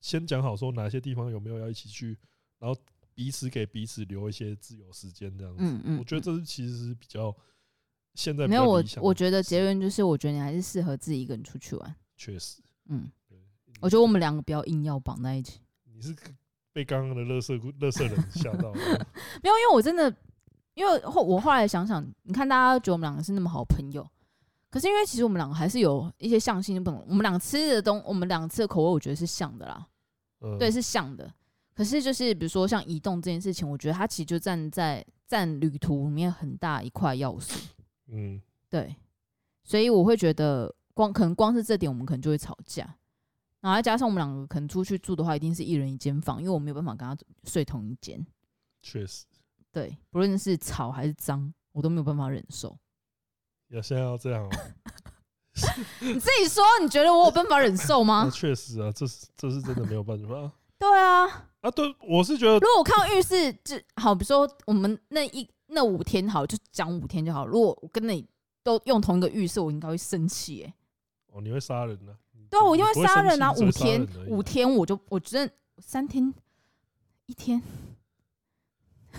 S1: 先讲好说哪些地方有没有要一起去，然后彼此给彼此留一些自由时间这样子。
S2: 嗯嗯，
S1: 我觉得
S2: 嗯
S1: 这是其实是比较现在比
S2: 没
S1: 较
S2: 有我
S1: 理，想
S2: 我
S1: 的
S2: 觉得结论就是，我觉得你还是适合自己一个人出去玩。
S1: 确实，
S2: 嗯
S1: 对，
S2: 我觉得我们两个不要硬要绑在一起。
S1: 你是被刚刚的乐色乐色人吓到
S2: (laughs)
S1: 了，
S2: 没有，因为我真的，因为后我后来想想，你看大家觉得我们两个是那么好朋友，可是因为其实我们两个还是有一些相性不同。我们两个吃的东，我们两个吃的口味，我觉得是像的啦，
S1: 嗯
S2: 对，，是像的。可是就是比如说像移动这件事情，我觉得它其实就站在占旅途里面很大一块要素，
S1: 嗯，
S2: 对，所以我会觉得光可能光是这点，我们可能就会吵架。然后再加上我们两个可能出去住的话，一定是一人一间房，因为我没有办法跟他睡同一间。
S1: 确实，
S2: 对，不论是吵还是脏，我都没有办法忍受。 (laughs)
S1: 要现在要这样哦、
S2: 你自己说，你觉得我有办法忍受
S1: 那
S2: 吗？
S1: (laughs) 确实啊，这是这是真的没有办法啊 (laughs)
S2: 对啊，
S1: 啊！对，我是觉得
S2: 如果我看到浴室，就好，比如说我们那一那五天好，就讲五天就好。如果我跟你都用同一个浴室，我应该会生气耶、
S1: 哦，你会杀人呢、啊？
S2: 对啊，我一定
S1: 你
S2: 会
S1: 不
S2: 杀
S1: 生
S2: 人啊！
S1: 气只
S2: 五
S1: 会杀
S2: 天
S1: 人而，已
S2: 五
S1: 啊
S2: 天我就我真的三天，一天， (laughs)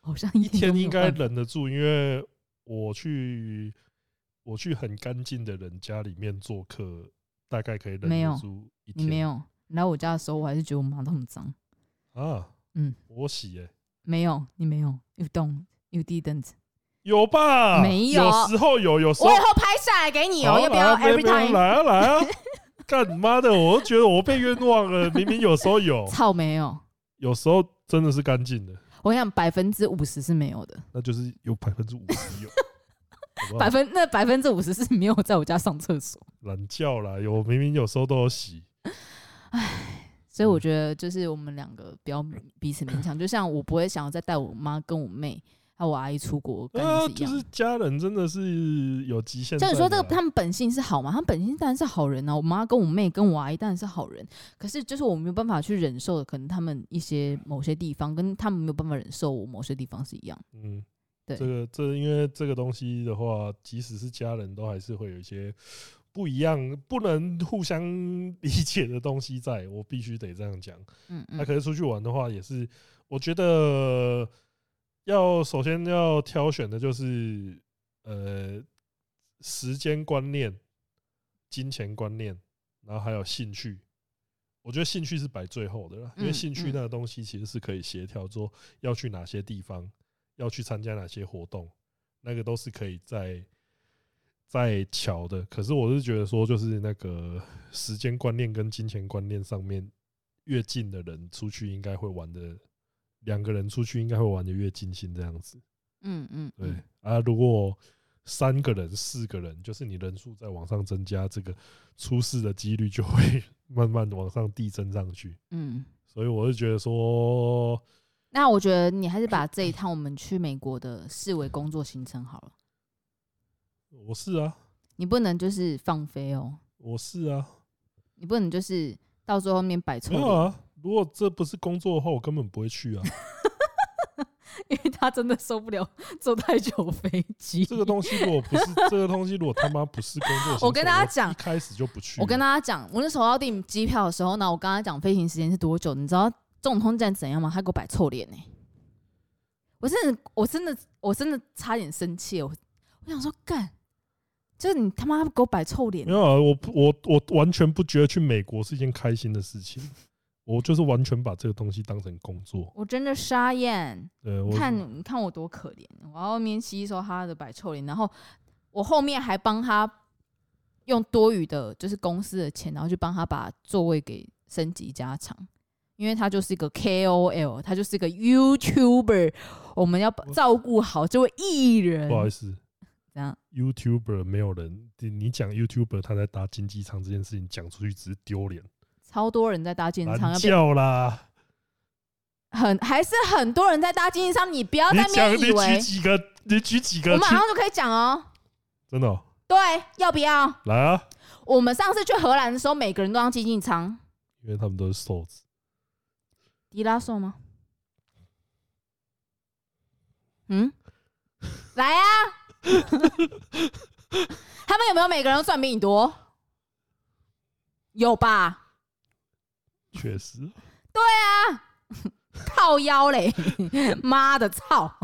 S2: 好像一
S1: 一天
S2: 都没有
S1: 应该
S2: 办法
S1: 忍得住，因为我去我去很干净的人家里面做客，大概可以忍
S2: 没有
S1: 得住一
S2: 你
S1: 天。
S2: 没有你来我家的时候，我还是觉得我妈都很脏。
S1: 啊？
S2: 嗯，
S1: 我洗欸耶、
S2: 没有，你没有，you don't, you didn't。
S1: 有吧？
S2: 没
S1: 有，
S2: 有
S1: 时候有，有时候
S2: 我以后拍下来给你哦，
S1: 好
S2: 要不要
S1: 来啊没
S2: every
S1: 有
S2: time？
S1: 来啊来啊！干妈的，我都觉得我被冤枉了。明明有时候有，
S2: (laughs) 操，没有，
S1: 有时候真的是干净的，
S2: 我想百分之五十是没有的，
S1: 那就是有百分之五十
S2: (laughs)
S1: 有，好不好
S2: 百分那百分之五十是没有在我家上厕所，
S1: 懒觉啦，有明明有时候都有洗，
S2: 所以
S1: 嗯
S2: 我觉得就是我们两个不要彼此勉强，就像我不会想要再带我妈跟我妹还有我阿姨出国，跟
S1: 啊，
S2: 你是
S1: 就
S2: 一样
S1: 是
S2: 的。
S1: 家人真的是有极限在的啊
S2: 像
S1: 啦。
S2: 你说这个，他们本性是好吗？他们本性当然是好人啊。我妈跟我妹跟我阿姨当然是好人，可是就是我没有办法去忍受的，可能他们一些某些地方跟他们没有办法忍受我某些地方是一样。
S1: 嗯，
S2: 对
S1: 这个这因为这个东西的话，即使是家人都还是会有一些不一样、不能互相理解的东西在，我必须得这样讲。
S2: 嗯
S1: 那、
S2: 嗯，
S1: 啊可是出去玩的话，也是我觉得要首先要挑选的就是呃时间观念、金钱观念，然后还有兴趣。我觉得兴趣是摆最后的啦，因为
S2: 嗯
S1: 兴趣
S2: 嗯
S1: 那个东西其实是可以协调，说要去哪些地方，要去参加哪些活动，那个都是可以在在瞧的。可是我是觉得说，就是那个时间观念跟金钱观念上面，越近的人出去应该会玩的，两个人出去应该会玩的越尽兴这样子。
S2: 嗯嗯，
S1: 对、
S2: 嗯
S1: 啊，如果三个人、四个人，就是你人数在往上增加，这个出事的几率就会慢慢地往上递增上去。
S2: 嗯。
S1: (laughs) 所以我是觉得说，
S2: 那我觉得你还是把这一趟我们去美国的视为工作行程好了，
S1: 我是啊，
S2: 你不能就是放飞哦，
S1: 我是啊，
S2: 你不能就是到最后面摆臭
S1: (laughs) 没有
S2: 脸，
S1: 啊。如果这不是工作的话，我根本不会去啊。 (laughs)
S2: 因为他真的受不了坐太久飞机。
S1: 这个东西如果不是 (laughs) 这个东西，如果他妈不是工作行程，
S2: 我跟大家讲
S1: 一开始就不去。
S2: 我跟大家讲，我那时候要订机票的时候呢，我跟他讲飞行时间是多久，你知道总统站怎样吗？他给我摆臭脸呢、我真的，我真的，我真的差点生气，我我想说干，就是你他妈给我摆臭脸
S1: 没，有啊，我不我我完全不觉得去美国是一件开心的事情，我就是完全把这个东西当成工作。
S2: 我真的傻眼。
S1: 对，我
S2: 你看，你看我多可怜，我要面吸收他的摆臭脸，然后我后面还帮他用多余的，就是公司的钱，然后去帮他把座位给升级加长，因为他就是一个 KOL，他就是一个 YouTuber，我们要把照顾好这位艺人
S1: 不。好意思
S2: 怎样？
S1: ，YouTuber 没有人，你你讲 YouTuber 他在搭经济舱这件事情讲出去只是丢脸，
S2: 超多人在搭建仓，
S1: 难
S2: 要不要
S1: 叫啦！
S2: 很还是很多人在搭建仓，你不要
S1: 你
S2: 哦在
S1: 讲
S2: 那
S1: 你举
S2: 边以为，
S1: 几个，你举几
S2: 我
S1: 个
S2: 们
S1: 去
S2: 马，上就可以讲哦。
S1: 真的哦
S2: 对，要不要？
S1: 来啊！
S2: 我们上次去荷兰的时候，每个人都让基进仓。
S1: 因为他们都是瘦
S2: (laughs)
S1: 子，
S2: 迪拉瘦吗？嗯，来啊！他们有没有每个人都赚比你多？有吧？
S1: 确实。
S2: 对啊，靠腰嘞， (laughs) 妈的操！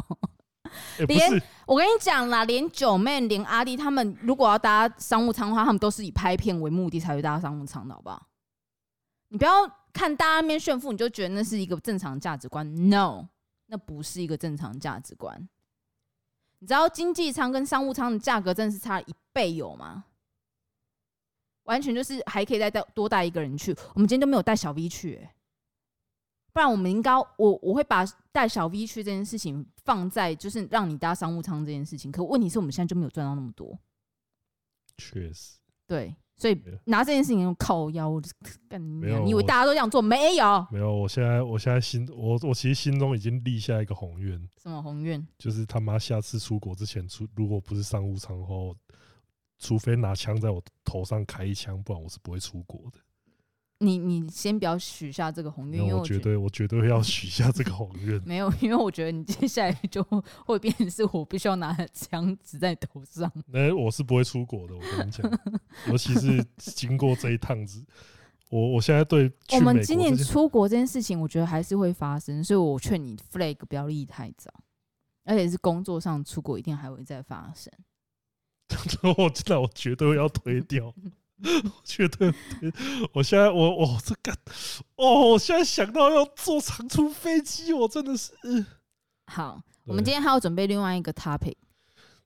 S1: 哎不
S2: 连
S1: 是
S2: 我跟你讲啦，连九妹、连阿弟他们，如果要搭商务舱的话，他们都是以拍片为目的才会搭商务舱的，好不好？你不要看大家那边炫富，你就觉得那是一个正常价值观。No，那不是一个正常价值观。你知道经济舱跟商务舱的价格真的是差了一倍有吗？完全就是还可以再带多带一个人去。我们今天都没有带小 V 去、欸不然我们应该，我我会把带小 V 去这件事情放在就是让你搭商务舱这件事情。可问题是我们现在就没有赚到那么多，
S1: 确实
S2: 对，所以
S1: 对
S2: 拿这件事情用靠腰，我就干你
S1: 没有
S2: 娘！你以为
S1: 我
S2: 大家都这样做？没有，
S1: 没有。我现在我现在心我我其实心中已经立下一个宏愿，
S2: 什么宏愿？
S1: 就是他妈下次出国之前出，如果不是商务舱的话，我除非拿枪在我头上开一枪，不然我是不会出国的。
S2: 你你先不要许下这个宏愿，因为
S1: 那我
S2: 我
S1: 绝
S2: 觉得。
S1: 对我绝对要许下这个宏愿
S2: (laughs) 没有，因为我觉得你接下来就会变成是我必须要拿枪指在头上。
S1: 那我是不会出国的，我跟你讲，尤其是经过这一趟子，我我现在对去
S2: 我
S1: 美
S2: 们
S1: 国
S2: 今年
S1: 这件
S2: 出国这件事情，我觉得还是会发生，所以我劝你 flag 不要立太早，而且是工作上出国一定还会再发生。
S1: (laughs) 我知道，我绝对要推掉，我绝对推。我现在我我这个哦，我现在想到要坐长途飞机，我真的是呃
S2: 好，我们
S1: 对
S2: 今天还要准备另外一个 topic。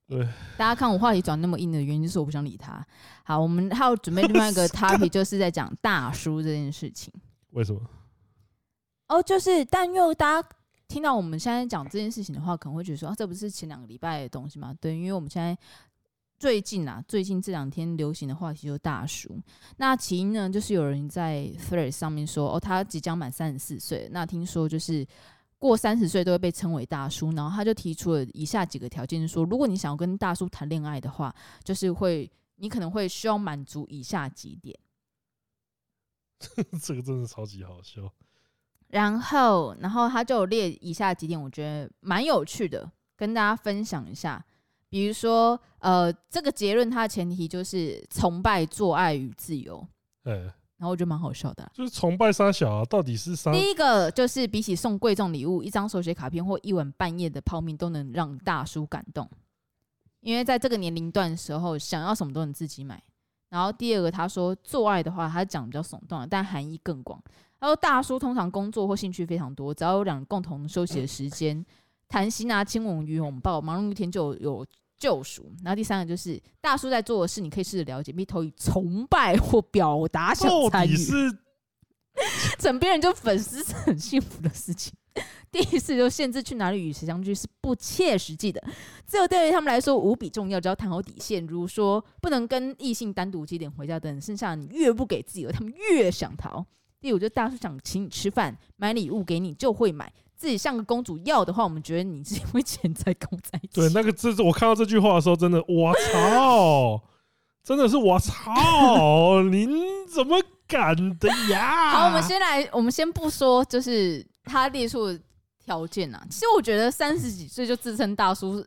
S1: 对，
S2: 大家看我话题转那么硬的原因，就是我不想理他。好，我们还要准备另外
S1: (laughs)
S2: 一个 topic，就是在讲大叔这件事情。
S1: 为什么？ (laughs)
S2: 哦，就是，但因为大家听到我们现在讲这件事情的话，可能会觉得说，啊，这不是前两个礼拜的东西吗？对，因为我们现在最近啊，最近这两天流行的话题就是大叔。那其一呢，就是有人在 Thread 上面说，哦，他即将满三十四岁，那听说就是。过三十岁都会被称为大叔，然后他就提出了以下几个条件，说如果你想要跟大叔谈恋爱的话，就是会你可能会需要满足以下几点。
S1: 这个真的超级好笑。
S2: 然后，然后他就有列以下几点，我觉得蛮有趣的，跟大家分享一下。比如说，呃，这个结论它的前提就是崇拜、做爱与自由，
S1: 哎、
S2: 然后我觉得蛮好笑的啊、
S1: 就是崇拜沙小啊，到底是沙？
S2: 第一个就是比起送贵重礼物，一张手写卡片或一碗半夜的泡面都能让大叔感动，因为在这个年龄段的时候，想要什么都能自己买。然后第二个，他说做爱的话，他讲比较耸动，啊但含义更广。他说大叔通常工作或兴趣非常多，只要有两人共同休息的时间，谈心啊、亲吻与拥抱，忙碌一天就有有救赎。然后第三个就是大叔在做的事，你可以试着了解，并投以崇拜或表达想
S1: 到
S2: 参
S1: 底
S2: 与。
S1: 是
S2: 枕边人就粉丝是很幸福的事情。第四，就限制去哪里与谁相聚是不切实际的，自由对于他们来说无比重要。只要谈好底线，如说不能跟异性单独几点回家等，剩下你越不给自由，他们越想逃。第五，就大叔想请你吃饭、买礼物给你就会买，自己像个公主要的话，我们觉得你是因为钱才跟我在一起。
S1: 对那个这我看到这句话的时候，真的我操，真的是我操，您怎么敢的呀？
S2: 好，我们先来，我们先不说，就是他列出的条件啊。其实我觉得三十几岁就自称大叔，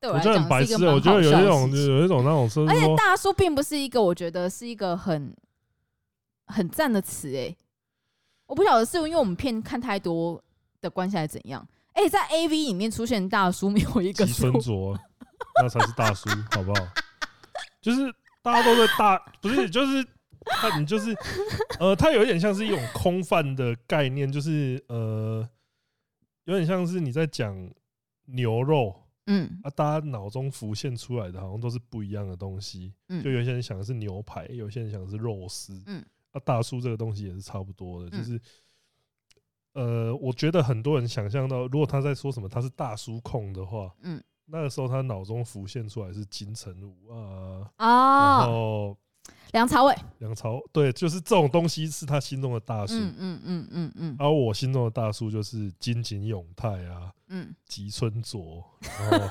S2: 对
S1: 我
S2: 来
S1: 觉得
S2: 讲
S1: 很白
S2: 是一
S1: 痴
S2: 个
S1: 欸，
S2: 蛮
S1: 我觉
S2: 好
S1: 得有
S2: 笑
S1: 一
S2: 的
S1: 种
S2: 事情
S1: 有一种那种是
S2: 而且
S1: 说，
S2: 大叔并不是一个，我觉得是一个很很赞的词诶、我不晓得是因为我们片看太多的关系还是怎样。哎、在 A V 里面出现大叔，没有一个
S1: 极
S2: 是
S1: 身
S2: 我
S1: 着，那才是大叔，好不好？就是大家都在大，不是就是他，你就是呃，他有一点像是一种空泛的概念，就是呃，有点像是你在讲牛肉
S2: 嗯
S1: 啊，大家脑中浮现出来的好像都是不一样的东西，就
S2: 嗯
S1: 有些人想的是牛排，有些人想的是肉丝，
S2: 嗯，
S1: 那、大叔这个东西也是差不多的，就
S2: 嗯
S1: 是，呃，我觉得很多人想象到，如果他在说什么他是大叔控的话，
S2: 嗯，
S1: 那个时候他脑中浮现出来是金城武啊，然
S2: 哦，
S1: 后
S2: 梁朝伟，
S1: 梁朝，对，就是这种东西是他心中的大叔，
S2: 嗯嗯嗯嗯嗯
S1: 而、我心中的大叔就是金井永泰啊，
S2: 嗯，
S1: 吉村卓，然后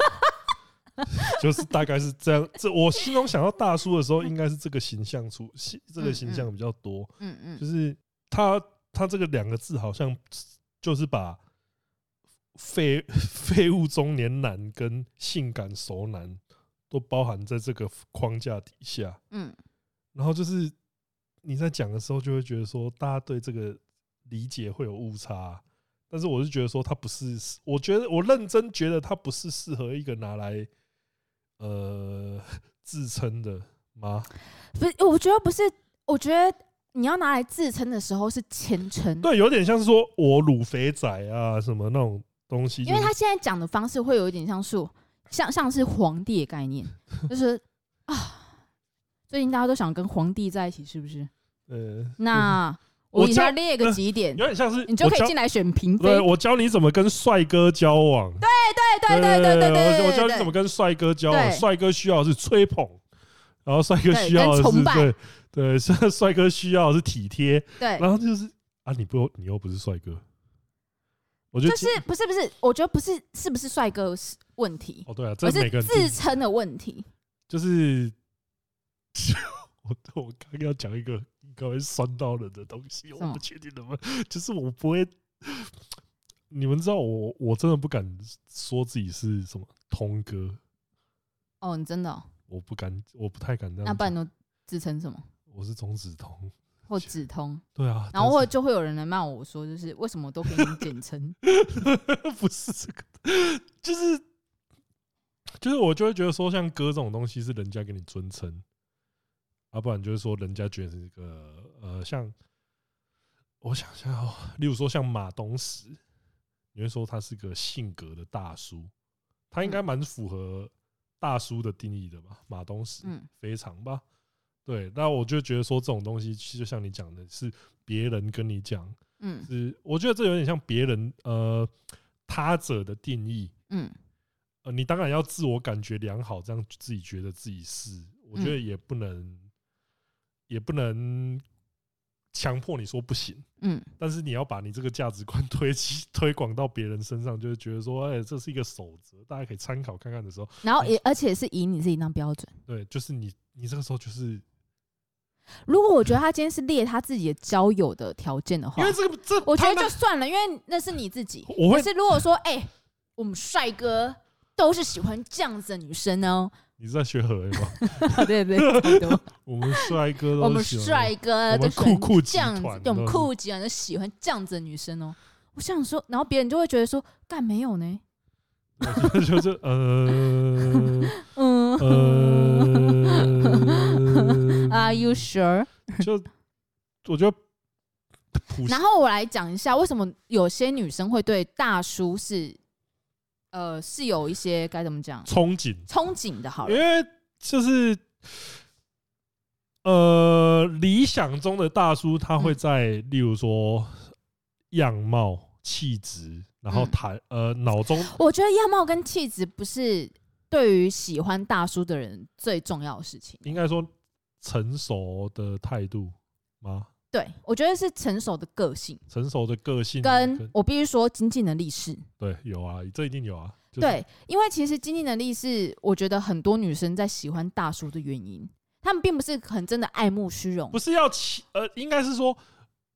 S1: (laughs) 就是大概是这样。这我心中想到大叔的时候，应该是这个形象出，形这个形象比较多。
S2: 嗯嗯
S1: 就，是他他这个两个字，好像就是把废废物中年男跟性感熟男都包含在这个框架底下。
S2: 嗯
S1: 然后就是你在讲的时候，就会觉得说，大家对这个理解会有误差。但是我是觉得说它不是，我觉得我认真觉得它不是适合一个拿来呃自称的吗？
S2: 不是，我觉得不是，我觉得你要拿来自称的时候是虔诚，
S1: 对，有点像是说我乳肥仔啊什么那种东西，
S2: 因为他现在讲的方式会有一点像是像像是皇帝的概念，就是啊，最近大家都想跟皇帝在一起，是不是？
S1: 呃，
S2: 那
S1: 我
S2: 我以
S1: 这
S2: 下列个几点，
S1: 有点像是
S2: 你就可
S1: 我教
S2: 以进来选嫔妃。
S1: 对我教你怎么跟帅哥交往，
S2: 对对对对对
S1: 我
S2: 对
S1: 教你
S2: 对对
S1: 怎么
S2: 对，
S1: 跟帅哥交往，
S2: 对
S1: 帅哥需要的是吹捧，然后帅哥
S2: 对
S1: 需要的
S2: 跟
S1: 是
S2: 崇拜
S1: 对对，帅帅哥需要的是体贴，
S2: 对，
S1: 然后就是啊，你不你又不是帅哥，我觉得
S2: 就是
S1: 这
S2: 不是不是，我觉得不是是不是帅哥是问题，
S1: 哦对啊，这
S2: 而
S1: 每
S2: 是
S1: 个人
S2: 自称的问题。
S1: 就是 (laughs) 我我刚刚要讲一个应该会酸到人的东西，
S2: 什
S1: 我
S2: 么
S1: 不确定能不能，就是我不会，你们知道我我真的不敢说自己是什么通哥，
S2: 哦，你真的哦、
S1: 我不敢，我不太敢这
S2: 那
S1: 样
S2: 不然
S1: 讲，
S2: 都自称什么
S1: 我是中指通，
S2: 或直通？
S1: 对啊，
S2: 然后或
S1: 我
S2: 者就会有人来骂我说，就是为什么都给你简
S1: (laughs)
S2: 称？
S1: 不是这个，就是就是我就会觉得说，像哥这种东西是人家给你尊称，啊，不然就是说人家觉得是一个呃，像我想一下哦，例如说像马东石，你会说他是个性格的大叔，他应
S2: 嗯
S1: 该蛮符合大叔的定义的吧？马东石，
S2: 嗯
S1: 非常吧？对，那我就觉得说这种东西，就像你讲的，是别人跟你讲。
S2: 嗯
S1: 是我觉得这有点像别人呃他者的定义，
S2: 嗯，
S1: 呃，你当然要自我感觉良好，这样自己觉得自己是，我觉得
S2: 嗯
S1: 也不能、也不能强迫你说不行，
S2: 嗯，
S1: 但是你要把你这个价值观推 (laughs) 起推广到别人身上，就是觉得说，哎、这是一个守则，大家可以参考看看的时候，
S2: 然后也而且是以你自己当标准。
S1: 对，就是你你这个时候就是
S2: 如果我觉得他今天是列他自己的交友的条件的话
S1: 因为，这个这
S2: 我觉得
S1: 他
S2: 就
S1: 们
S2: 算了，因为那是你自己。
S1: 我会
S2: 可是如果说，哎、我们帅哥都是喜欢这样子的女
S1: (laughs)
S2: 生哦，
S1: 你是在学何为吗？ (laughs)
S2: 对对对，差不多
S1: 我们帅哥都
S2: 我们
S1: 喜欢
S2: 帅哥
S1: 我
S2: 都
S1: 们
S2: 喜欢
S1: 酷酷集
S2: 这样子，
S1: 团
S2: 对我们
S1: 都是
S2: 酷极啊，都喜欢这样子的女生哦。我想说，然后别人就会觉得说，干没有呢，
S1: 我觉得就是呃
S2: 嗯、 (laughs)
S1: 呃
S2: a r e you sure？
S1: 就我觉得普
S2: 然后我来讲一下，为什么有些女生会对大叔是，呃，是有一些该怎么讲
S1: 憧憬，
S2: 憧憬的，好
S1: 因
S2: 了，
S1: 为就是呃理想中的大叔，他会在、例如说样貌、气质，然后
S2: 嗯
S1: 谈、呃脑中
S2: 我觉得样貌跟气质不是对于喜欢大叔的人最重要的事情。
S1: 应该说成熟的态度吗？
S2: 对我觉得是成熟的个性，
S1: 成熟的个性
S2: 嗯跟我必须说经济能力是。
S1: 对有啊，这一定有啊，就是、
S2: 对，因为其实经济能力是我觉得很多女生在喜欢大叔的原因，她们并不是很真的爱慕虚荣
S1: 不，是要起，呃，应该是说，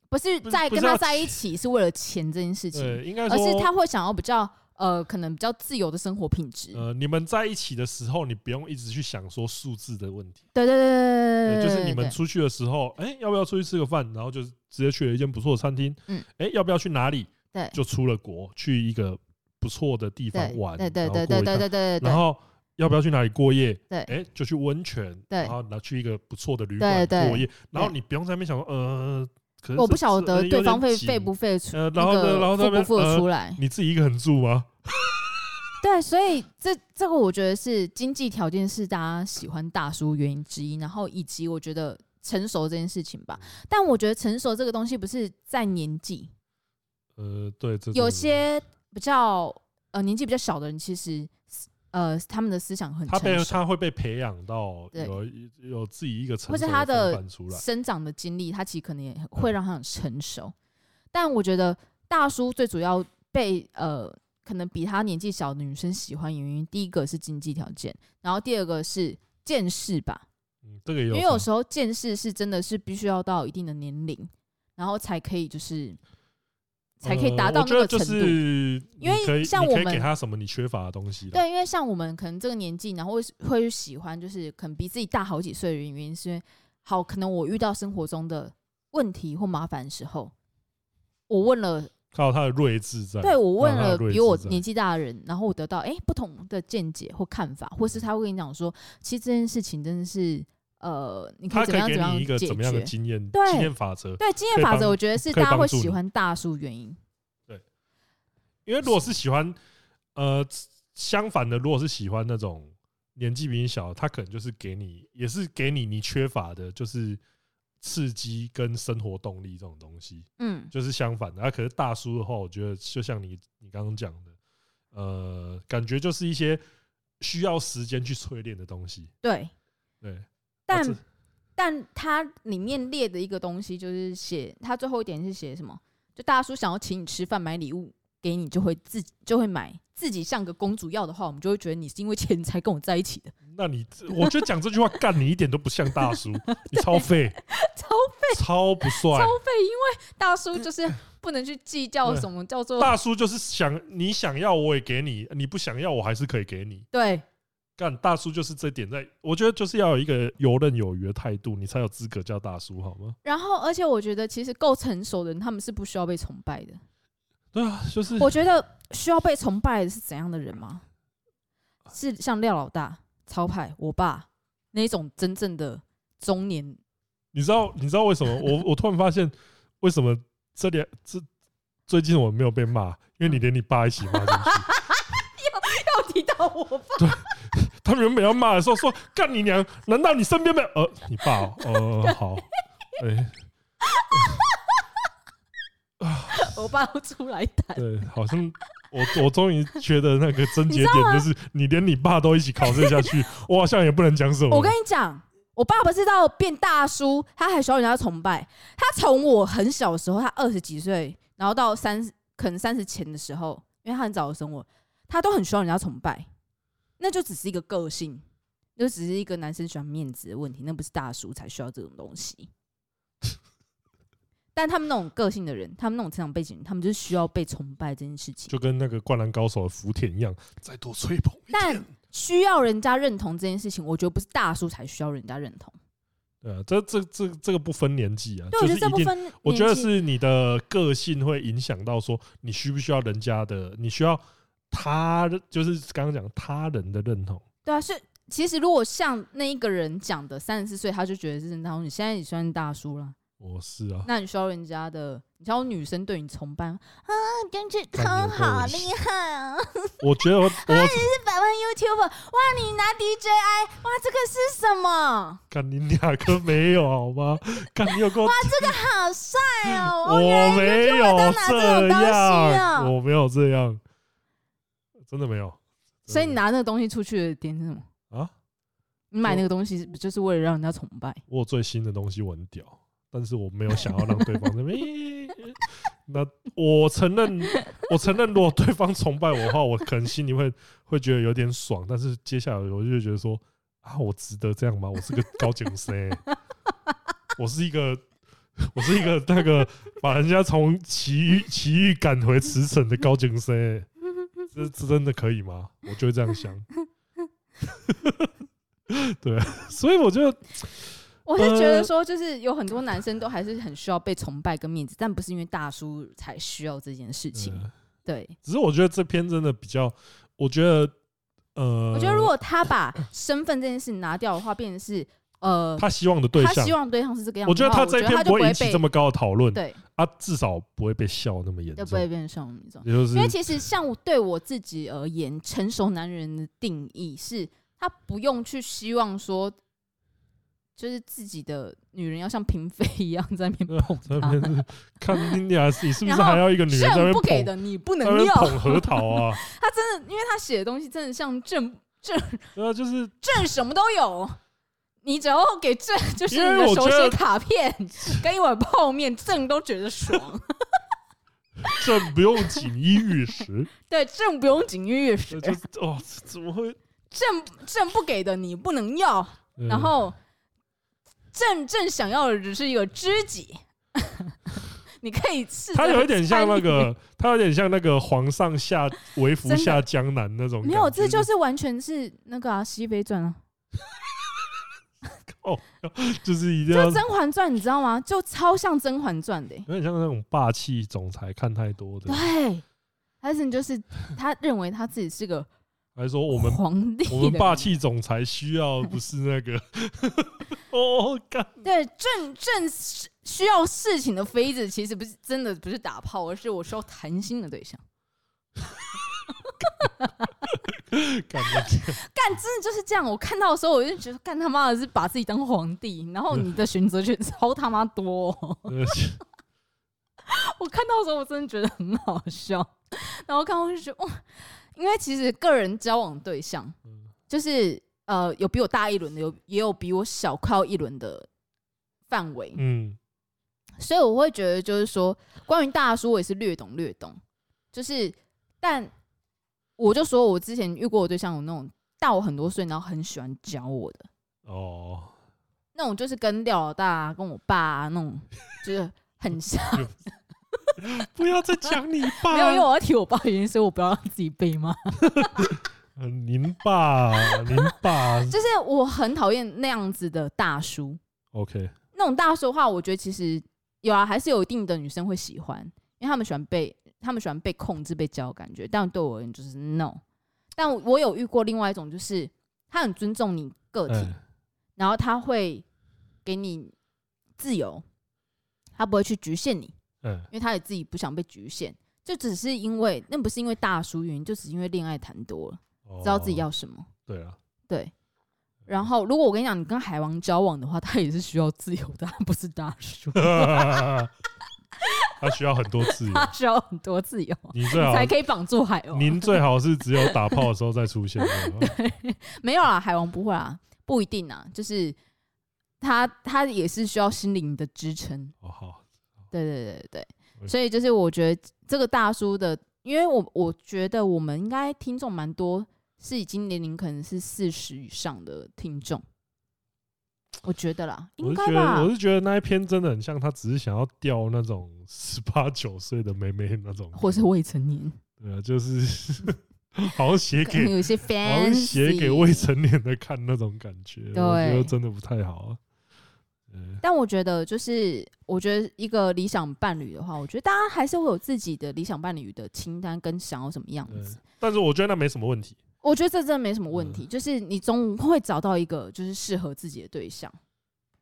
S2: 不是
S1: 不是
S2: 在
S1: 不
S2: 跟
S1: 是要
S2: 他在一起是为了钱这件事情，
S1: 呃，应该
S2: 而
S1: 说，
S2: 是她会想要比较呃，可能比较自由的生活品质。
S1: 呃，你们在一起的时候，你不用一直去想说数字的问题，
S2: 对对对对对
S1: 呃
S2: 对，
S1: 就是你们
S2: 对
S1: 出去的时候，哎、要不要出去吃个饭？然后就直接去了一间不错的餐厅，
S2: 嗯，
S1: 哎、要不要去哪里？
S2: 对
S1: 就出了国，去一个不错的地方玩，
S2: 对对
S1: 然后
S2: 对对
S1: 过
S2: 对
S1: 一
S2: 对
S1: 趟
S2: 对对对
S1: 然后要不要去哪里过夜？
S2: 对
S1: 哎、就去温泉，
S2: 对
S1: 然后然后去一个不错的旅馆
S2: 对对
S1: 过夜，然后你不用在那边想说，呃，可是
S2: 我不
S1: 这
S2: 晓
S1: 这
S2: 得
S1: 有
S2: 对
S1: 点
S2: 方会
S1: 紧
S2: 费不费出，
S1: 呃
S2: 那
S1: 然后呢
S2: 个
S1: 然后他
S2: 付
S1: 们
S2: 不付得
S1: 呃
S2: 出来。
S1: 你自己一个人住吗？
S2: 对，所以这这个我觉得是经济条件是大家喜欢大叔原因之一，然后以及我觉得成熟这件事情吧。
S1: 嗯
S2: 但我觉得成熟这个东西不是在年纪，
S1: 呃，对，这
S2: 有
S1: 真的是
S2: 些比较呃年纪比较小的人，其实呃他们的思想很
S1: 他被
S2: 成熟，
S1: 他会被培养到
S2: 对
S1: 有有自己一个成
S2: 或
S1: 熟
S2: 是他
S1: 的
S2: 的
S1: 风范出来，嗯
S2: 生长的经历，他其实可能也会让他很成熟。但我觉得大叔最主要被呃可能比他年纪小的女生喜欢的原因，第一个是经济条件，然后第二个是见识吧。
S1: 嗯，这个也有
S2: 因
S1: 差，
S2: 为有时候见识是真的是必须要到一定的年龄，然后才可以就是才可以达到
S1: 呃我
S2: 那
S1: 觉得
S2: 个
S1: 就
S2: 程度。
S1: 是你
S2: 因为
S1: 可以
S2: 像
S1: 你可以
S2: 我们
S1: 给他什么你缺乏的东西啦，
S2: 对，因为像我们可能这个年纪，然后会会去喜欢，就是可能比自己大好几岁的原因，是因为好，可能我遇到生活中的问题或麻烦的时候，我问了
S1: 他有他的睿智在。
S2: 对我问
S1: 然后他
S2: 了
S1: 的睿
S2: 比
S1: 智
S2: 我
S1: 在
S2: 年纪大的人，然后我得到哎、诶不同的见解或看法，或
S1: 嗯
S2: 是他会跟你讲说，其实这件事情真的是呃，你可
S1: 他
S2: 以怎
S1: 可
S2: 么
S1: 以
S2: 样
S1: 给你一个
S2: 怎
S1: 怎
S2: 么
S1: 么
S2: 样
S1: 样的
S2: 解决。
S1: 经验
S2: 对
S1: 经验法则？
S2: 对经
S1: 可
S2: 验
S1: 以
S2: 法
S1: 帮
S2: 则，我觉得是
S1: 可以
S2: 大家
S1: 帮
S2: 会
S1: 助
S2: 喜
S1: 你
S2: 欢大叔原因。
S1: 因为如果是喜欢，呃，相反的，如果是喜欢那种年纪比你小的，他可能就是给你，也是给你你缺乏的，就是刺激跟生活动力这种东西，
S2: 嗯，
S1: 就是相反的。啊，可是大叔的话，我觉得就像你你刚刚讲的，呃，感觉就是一些需要时间去淬炼的东西。
S2: 对，
S1: 对，啊
S2: 但
S1: 这
S2: 但它里面列的一个东西就是写，它最后一点是写什么？就大叔想要请你吃饭、买礼物给你，就会自己就会买，自己像个公主要的话，我们就会觉得你是因为钱才跟我在一起的，
S1: 那你这我觉得讲这
S2: (laughs)
S1: 句话干你一点都不像大叔，你超废，
S2: 超
S1: 超不帅
S2: 超，费，因为大叔就是不能去计较什么叫做 (laughs)
S1: 大叔就是想你想要我也给你，你不想要我还是可以给你。
S2: 对
S1: 干大叔就是这点在，我觉得就是要有一个游刃有余的态度，你才有资格叫大叔，好吗？
S2: 然后，而且我觉得，其实够成熟的人，他们是不需要被崇拜 (laughs) 的。
S1: 对啊，就是
S2: 我觉得需要被崇拜的是怎样的人吗？是像廖老大、超派、我爸那种真正的中年，
S1: 你知道你知道为什么我我突然发现为什么这两这最近我没有被骂，因为
S2: 嗯
S1: 你连你爸一起骂进去。
S2: 要提到我爸，
S1: 他们原本要骂的时候说干你娘，难道你身边没有呃你爸哦、呃好，哎、
S2: (laughs) 我爸都出来谈。
S1: 对，好像我我终于觉得那个症结点就是，你连你爸都一起考试下
S2: (laughs)
S1: 去，我好像也不能讲什么。
S2: 我跟你讲，我爸不是到变大叔，他还需要人家崇拜。他从我很小的时候，他二十几岁，然后到三十，可能三十前的时候，因为他很早的生活，他都很需要人家崇拜。那就只是一个个性，那就只是一个男生喜欢面子的问题，那不是大叔才需要这种东西。 (laughs) 但他们那种个性的人，他们那种成长背景，他们就是需要被崇拜这件事情。
S1: 就跟那个灌篮高手的福田一样，再多吹捧一
S2: 但
S1: 点。
S2: 需要人家认同这件事情，我觉得不是大叔才需要人家认同。
S1: 对啊，这这这这个不分年纪啊，
S2: 对，
S1: 就
S2: 我
S1: 是一
S2: 觉得这部
S1: 定，
S2: 分，
S1: 我觉得是你的个性会影响到说你需不需要人家的，你需要他就是刚刚讲他人的认同。
S2: 对啊，是其实如果像那一个人讲的，三十四岁他就觉得是大叔，你现在也算是大叔了，
S1: 我是啊，
S2: 那你需要人家的，你需要女生对你崇拜，
S3: 真是
S1: 干你有
S3: 他
S1: 够
S3: 好
S1: 危
S3: 厉
S1: 险
S3: 害啊！
S1: 我觉得我我
S3: 是百万 YouTube，
S2: 哇，你拿 DJI，哇，这个是什么？
S1: 干你两个没有好吗？干你有够
S3: 好帅哦！
S1: 嗯我
S3: 原来
S1: 没有
S3: 都拿这
S1: 这
S3: 种东西
S1: 样，
S3: 哦
S1: 我没有这样，真的没有。
S2: 所以你
S1: 真的
S2: 拿那个东西出去的点是什么？
S1: 没有啊，呃
S2: 你买那个东西不就是为了让人家崇拜？
S1: 我有最新的东西我很屌，但是我没有想要让对方那边。 (laughs) 咦那我承认，我承认，如果对方崇拜我的话，我可能心里会会觉得有点爽，但是接下来我就觉得说啊，我值得这样吗？我是个高警司、我是一个。我是一个那个把人家从奇遇奇遇赶回驰骋的高警司、这这真的可以吗？我就会这样想。对，所以我觉得
S2: 我是觉得说，就是有很多男生都还是很需要被崇拜跟面子，但不是因为大叔才需要这件事情。
S1: 呃
S2: 对，啊
S1: 只是我觉得这篇真的比较，我觉得，呃，
S2: 我觉得如果他把身份这件事拿掉的话，变成是呃，
S1: 他希望的对
S2: 他
S1: 象
S2: 希，望对象是这个样子
S1: 我
S2: 的
S1: 觉得
S2: 话。
S1: 他这
S2: 我觉得
S1: 篇
S2: 他就
S1: 会
S2: 会
S1: 引起
S2: 被
S1: 这么高的讨论，
S2: 对，
S1: 啊，至少不会被笑那么严
S2: 就不会
S1: 重，
S2: 变成那种。
S1: 也就是
S2: 因为其实像我对我自己而言，成熟男人的定义是他不用去希望说，就是自己的女人要像嫔妃一样在那边
S1: 呃
S2: 捧
S1: 在 (laughs) 那
S2: 他，
S1: 边看你俩，你是不是
S2: (laughs) 然后
S1: 还要一个女人在那
S2: 朕
S1: 边
S2: 不给
S1: 捧，
S2: 的你不
S1: 在那
S2: 能
S1: 边
S2: 要。
S1: 捧核桃啊？
S2: 他真的，因为他写的东西真的像朕
S1: (laughs) 对啊，就是
S2: 朕什么都有，你只要给朕就是
S1: 因为
S2: 你的
S1: 我
S2: 手
S1: 觉得
S2: 写卡片跟一碗泡面，朕都觉得爽。 (laughs)
S1: 朕不用锦衣玉食，
S2: 对，朕不用锦衣玉食
S1: 呃， (laughs) 就是哦，怎么会？
S2: 朕朕不给的你不能要，
S1: 呃
S2: 然后朕朕想要的只是一个知己， (laughs) 你可以试。
S1: 他有一点像那，
S2: (laughs)
S1: 个，他有点像那个皇上下为服
S2: 真的
S1: 下江南那种感
S2: 没
S1: 觉，
S2: 有，这就是完全是那个啊《西非传》啊，
S1: 靠，就是一定
S2: 就
S1: 要
S2: 《甄嬛传》，你知道吗？就超像《甄嬛传》的欸、
S1: 有点像那种霸气总裁看太多
S2: (laughs)
S1: 的，
S2: 对，还是就是他认为他自己是个
S1: 还说
S2: (laughs)
S1: 我们
S2: 皇帝的
S1: 我们
S2: 感觉，
S1: 霸气总裁需要不是那个 (laughs) 哦，干
S2: 对正正是需要事情的妃子，其实不是真的不是打炮，而是我需要谈心的对象。
S1: 干的，
S2: 干，真的就是这样。我看到的时候，我就觉得干他妈的是把自己当皇帝，然后
S1: 嗯
S2: 你的选择权超他妈多哦、 (laughs)
S1: 呃
S2: 我看到的时候，我真的觉得很好笑。然后看到我就觉得，哇，因为其实个人交往对象
S1: 嗯，
S2: 就是呃，有比我大一轮的，有也有比我小快要一轮的范围，
S1: 嗯，
S2: 所以我会觉得就是说，关于大叔，我也是略懂略懂，就是但我就说我之前遇过我对象有那种大我很多岁，然后很喜欢教我的。
S1: 哦，
S2: 那种就是跟廖老大、啊、跟我爸、啊、那种，就是很像。
S1: 不要再讲你爸，
S2: (laughs) 没有，因为我要提我爸的原因，所以我不要让自己被骂。
S1: 呃您爸，您爸
S2: 就是我很讨厌那样子的大叔， (laughs)
S1: ，OK，
S2: 那种大叔的话，我觉得其实有啊，还是有一定的女生会喜欢，因为他们喜欢被他们喜欢被控制、被教的感觉。但对我而言就是 no。但我有遇过另外一种，就是他很尊重你个体，
S1: 哎，
S2: 然后他会给你自由，他不会去局限你。
S1: 嗯，
S2: 因为他也自己不想被局限，就只是因为那不是因为大叔原因，就只是因为恋爱谈多了，
S1: 哦
S2: 知道自己要什么。
S1: 对啊，
S2: 对，然后如果我跟你讲，你跟海王交往的话，他也是需要自由的，他不是大叔，
S1: 嗯他需要很多自由，
S2: (laughs) 他需要很多自由，
S1: 你最好
S2: 才可以哦绑住海王。
S1: 您最好是只有打炮的时候再出现，
S2: 没有啦，海王不会啊，不一定啊，就是他他也是需要心灵的支撑。
S1: 哦好，
S2: 对对对对对，
S1: 嗯
S2: 所以就是我觉得这个大叔的，因为我我觉得我们应该听众蛮多，是已经年龄可能是四十以上的听众，我觉得啦，
S1: 我
S2: 应
S1: 是
S2: 该
S1: 觉得
S2: 吧
S1: 我，是觉得那一篇真的很像他只是想要钓那种 (laughs) 十八九岁的妹妹那种，
S2: 或是未成年，
S1: 对啊，就是 (laughs) 好像写
S2: 可能
S1: 给 (laughs)
S2: 有一些
S1: 好像
S2: fans
S1: 写给未成年的看那种感觉，我觉
S2: 对
S1: 得真的不太好啊。嗯，
S2: 但我觉得，就是我觉得一个理想伴侣的话，我觉得大家还是会有自己的理想伴侣的清单跟想要什么样
S1: 对
S2: 子。
S1: 但是我觉得那没什么问题。
S2: 我觉得这真的没什么问
S1: 嗯
S2: 题，就是你总会找到一个就是适合自己的对象，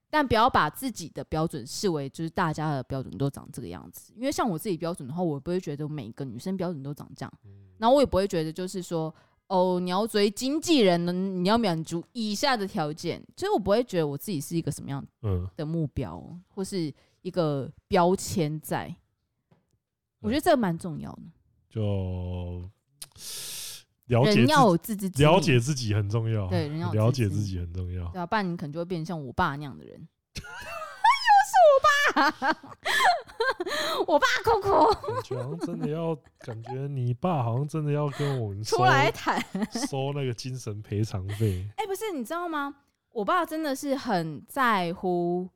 S2: 但不要把自己的标准视为就是大家的标准都长这个样子。因为像我自己标准的话，我不会觉得每个女生标准都长这样，
S1: 嗯
S2: 然后我也不会觉得就是说哦，你要追经纪人呢，你要满足以下的条件，就是我不会觉得我自己是一个什么样
S1: 嗯，
S2: 的目标或是一个标签在。我觉得这个蛮重要的，
S1: 就了解
S2: 人
S1: 自
S2: 要有自知之明
S1: 了解自己很重要，
S2: 对人要有
S1: 了
S2: 自知
S1: 解
S2: 之
S1: 自己很重要。
S2: 对啊，不然你可能就会变成像我爸那样的人。 (laughs) 又 (laughs) 是我爸，我爸哭哭
S1: 感觉好像真的要，感觉你爸好像真的要跟我们收
S2: (laughs) 出来谈。
S1: 收那个精神赔偿
S2: (laughs)
S1: 费。
S2: 哎、不是，你知道吗？我爸真的是很在乎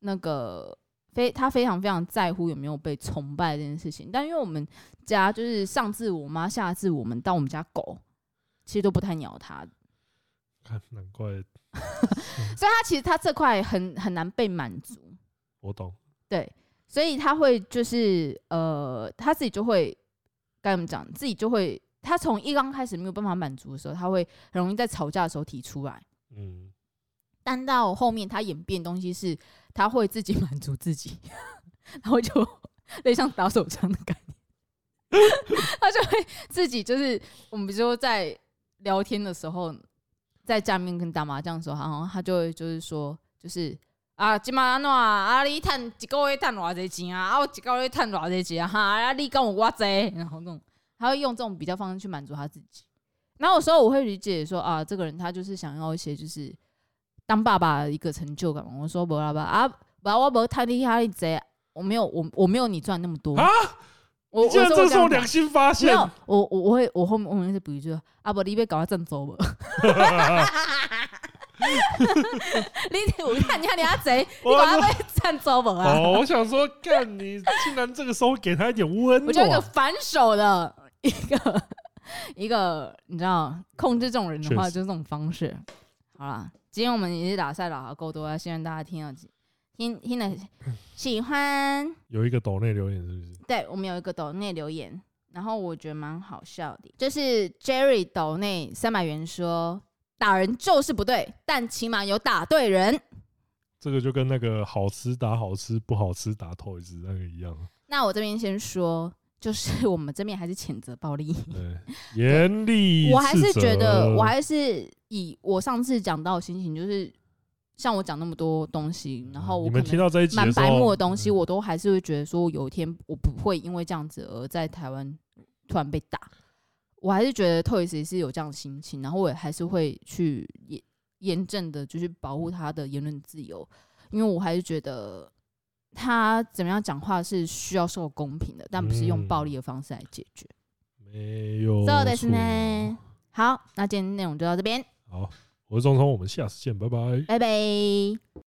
S2: 那个非他非常非常在乎有没有被崇拜这件事情。但因为我们家就是上至我妈，下至我们到我们家狗，其实都不太鸟他，
S1: 看，难怪
S2: 所以他其实他这块很很难被满足。
S1: 我懂。
S2: 对，所以他会就是呃，他自己就会该怎么讲，自己就会他从一刚开始没有办法满足的时候，他会很容易在吵架的时候提出来，
S1: 嗯，
S2: 但到后面他演变的东西是，他会自己 (laughs) 满足自己，然后就 (laughs) 类似像打手枪的概念，他就会自己就是我们比如说在聊天的时候，在家里面跟打麻将的时候，然后他就会就是说就是。啊，今嘛安怎啊？啊，你趁一个月趁偌济钱啊？啊，我一个月趁偌济钱啊？哈，啊，你跟我偌济，然后那种，他会用这种比较方式去满足他自己。然后有时候我会理解说啊，这个人他就是想要一些就是当爸爸的一个成就感嘛。我说不啦吧啊，不我不太厉害贼，啊我没有我我没有你赚那么多
S1: 啊。
S2: 我
S1: 你竟然
S2: 说
S1: 这是我
S2: 样
S1: 良
S2: 讲
S1: 心发
S2: 没
S1: 现，
S2: 有，我我我会我后面后面是补一句啊，不你 (laughs) 别搞他振走吧。你我看你看你阿贼，你
S1: 我
S2: 搞他被震走吧啊！
S1: 哦，我想说，干你竟然这个时候给他一点温
S2: 我觉得一个
S1: 暖，
S2: 反手的一个一个，你知道，控制这种人的话，
S1: 确实
S2: 就是这种方式。好啦，今天我们也是打赛打好够多啊，希望大家听到听听了喜欢。
S1: 有一个抖内留言是不是？
S2: 对我们有一个抖内留言，然后我觉得蛮好笑的，就是 Jerry 抖内三百元说打人就是不对，但起码有打对人。
S1: 这个就跟那个好吃打好吃，不好吃打 Toys 那个一样，
S2: 那我这边先说，就是我们这边还是谴责暴力。 (laughs)
S1: 对，严厉。
S2: 我还是觉得，我还是以我上次讲到的心情，就是像我讲那么多东西，然后我
S1: 你
S2: 可
S1: 们听
S2: 能
S1: 到这一集
S2: 蛮
S1: 的时候
S2: 白目的东西，
S1: 嗯
S2: 我都还是会觉得说，有一天我不会因为这样子而在台湾突然被打。我还是觉得 Toys 也是有这样的心情，然后我也还是会去严严正的，就是保护他的言论自由，因为我还是觉得他怎么样讲话是需要受公平的，但不是用
S1: 嗯
S2: 暴力的方式来解决。
S1: 没有
S2: そうです
S1: 错
S2: ね。好，那今天内容就到这边，
S1: 好，我是钟聪，我们下次见，拜拜。
S2: 拜拜。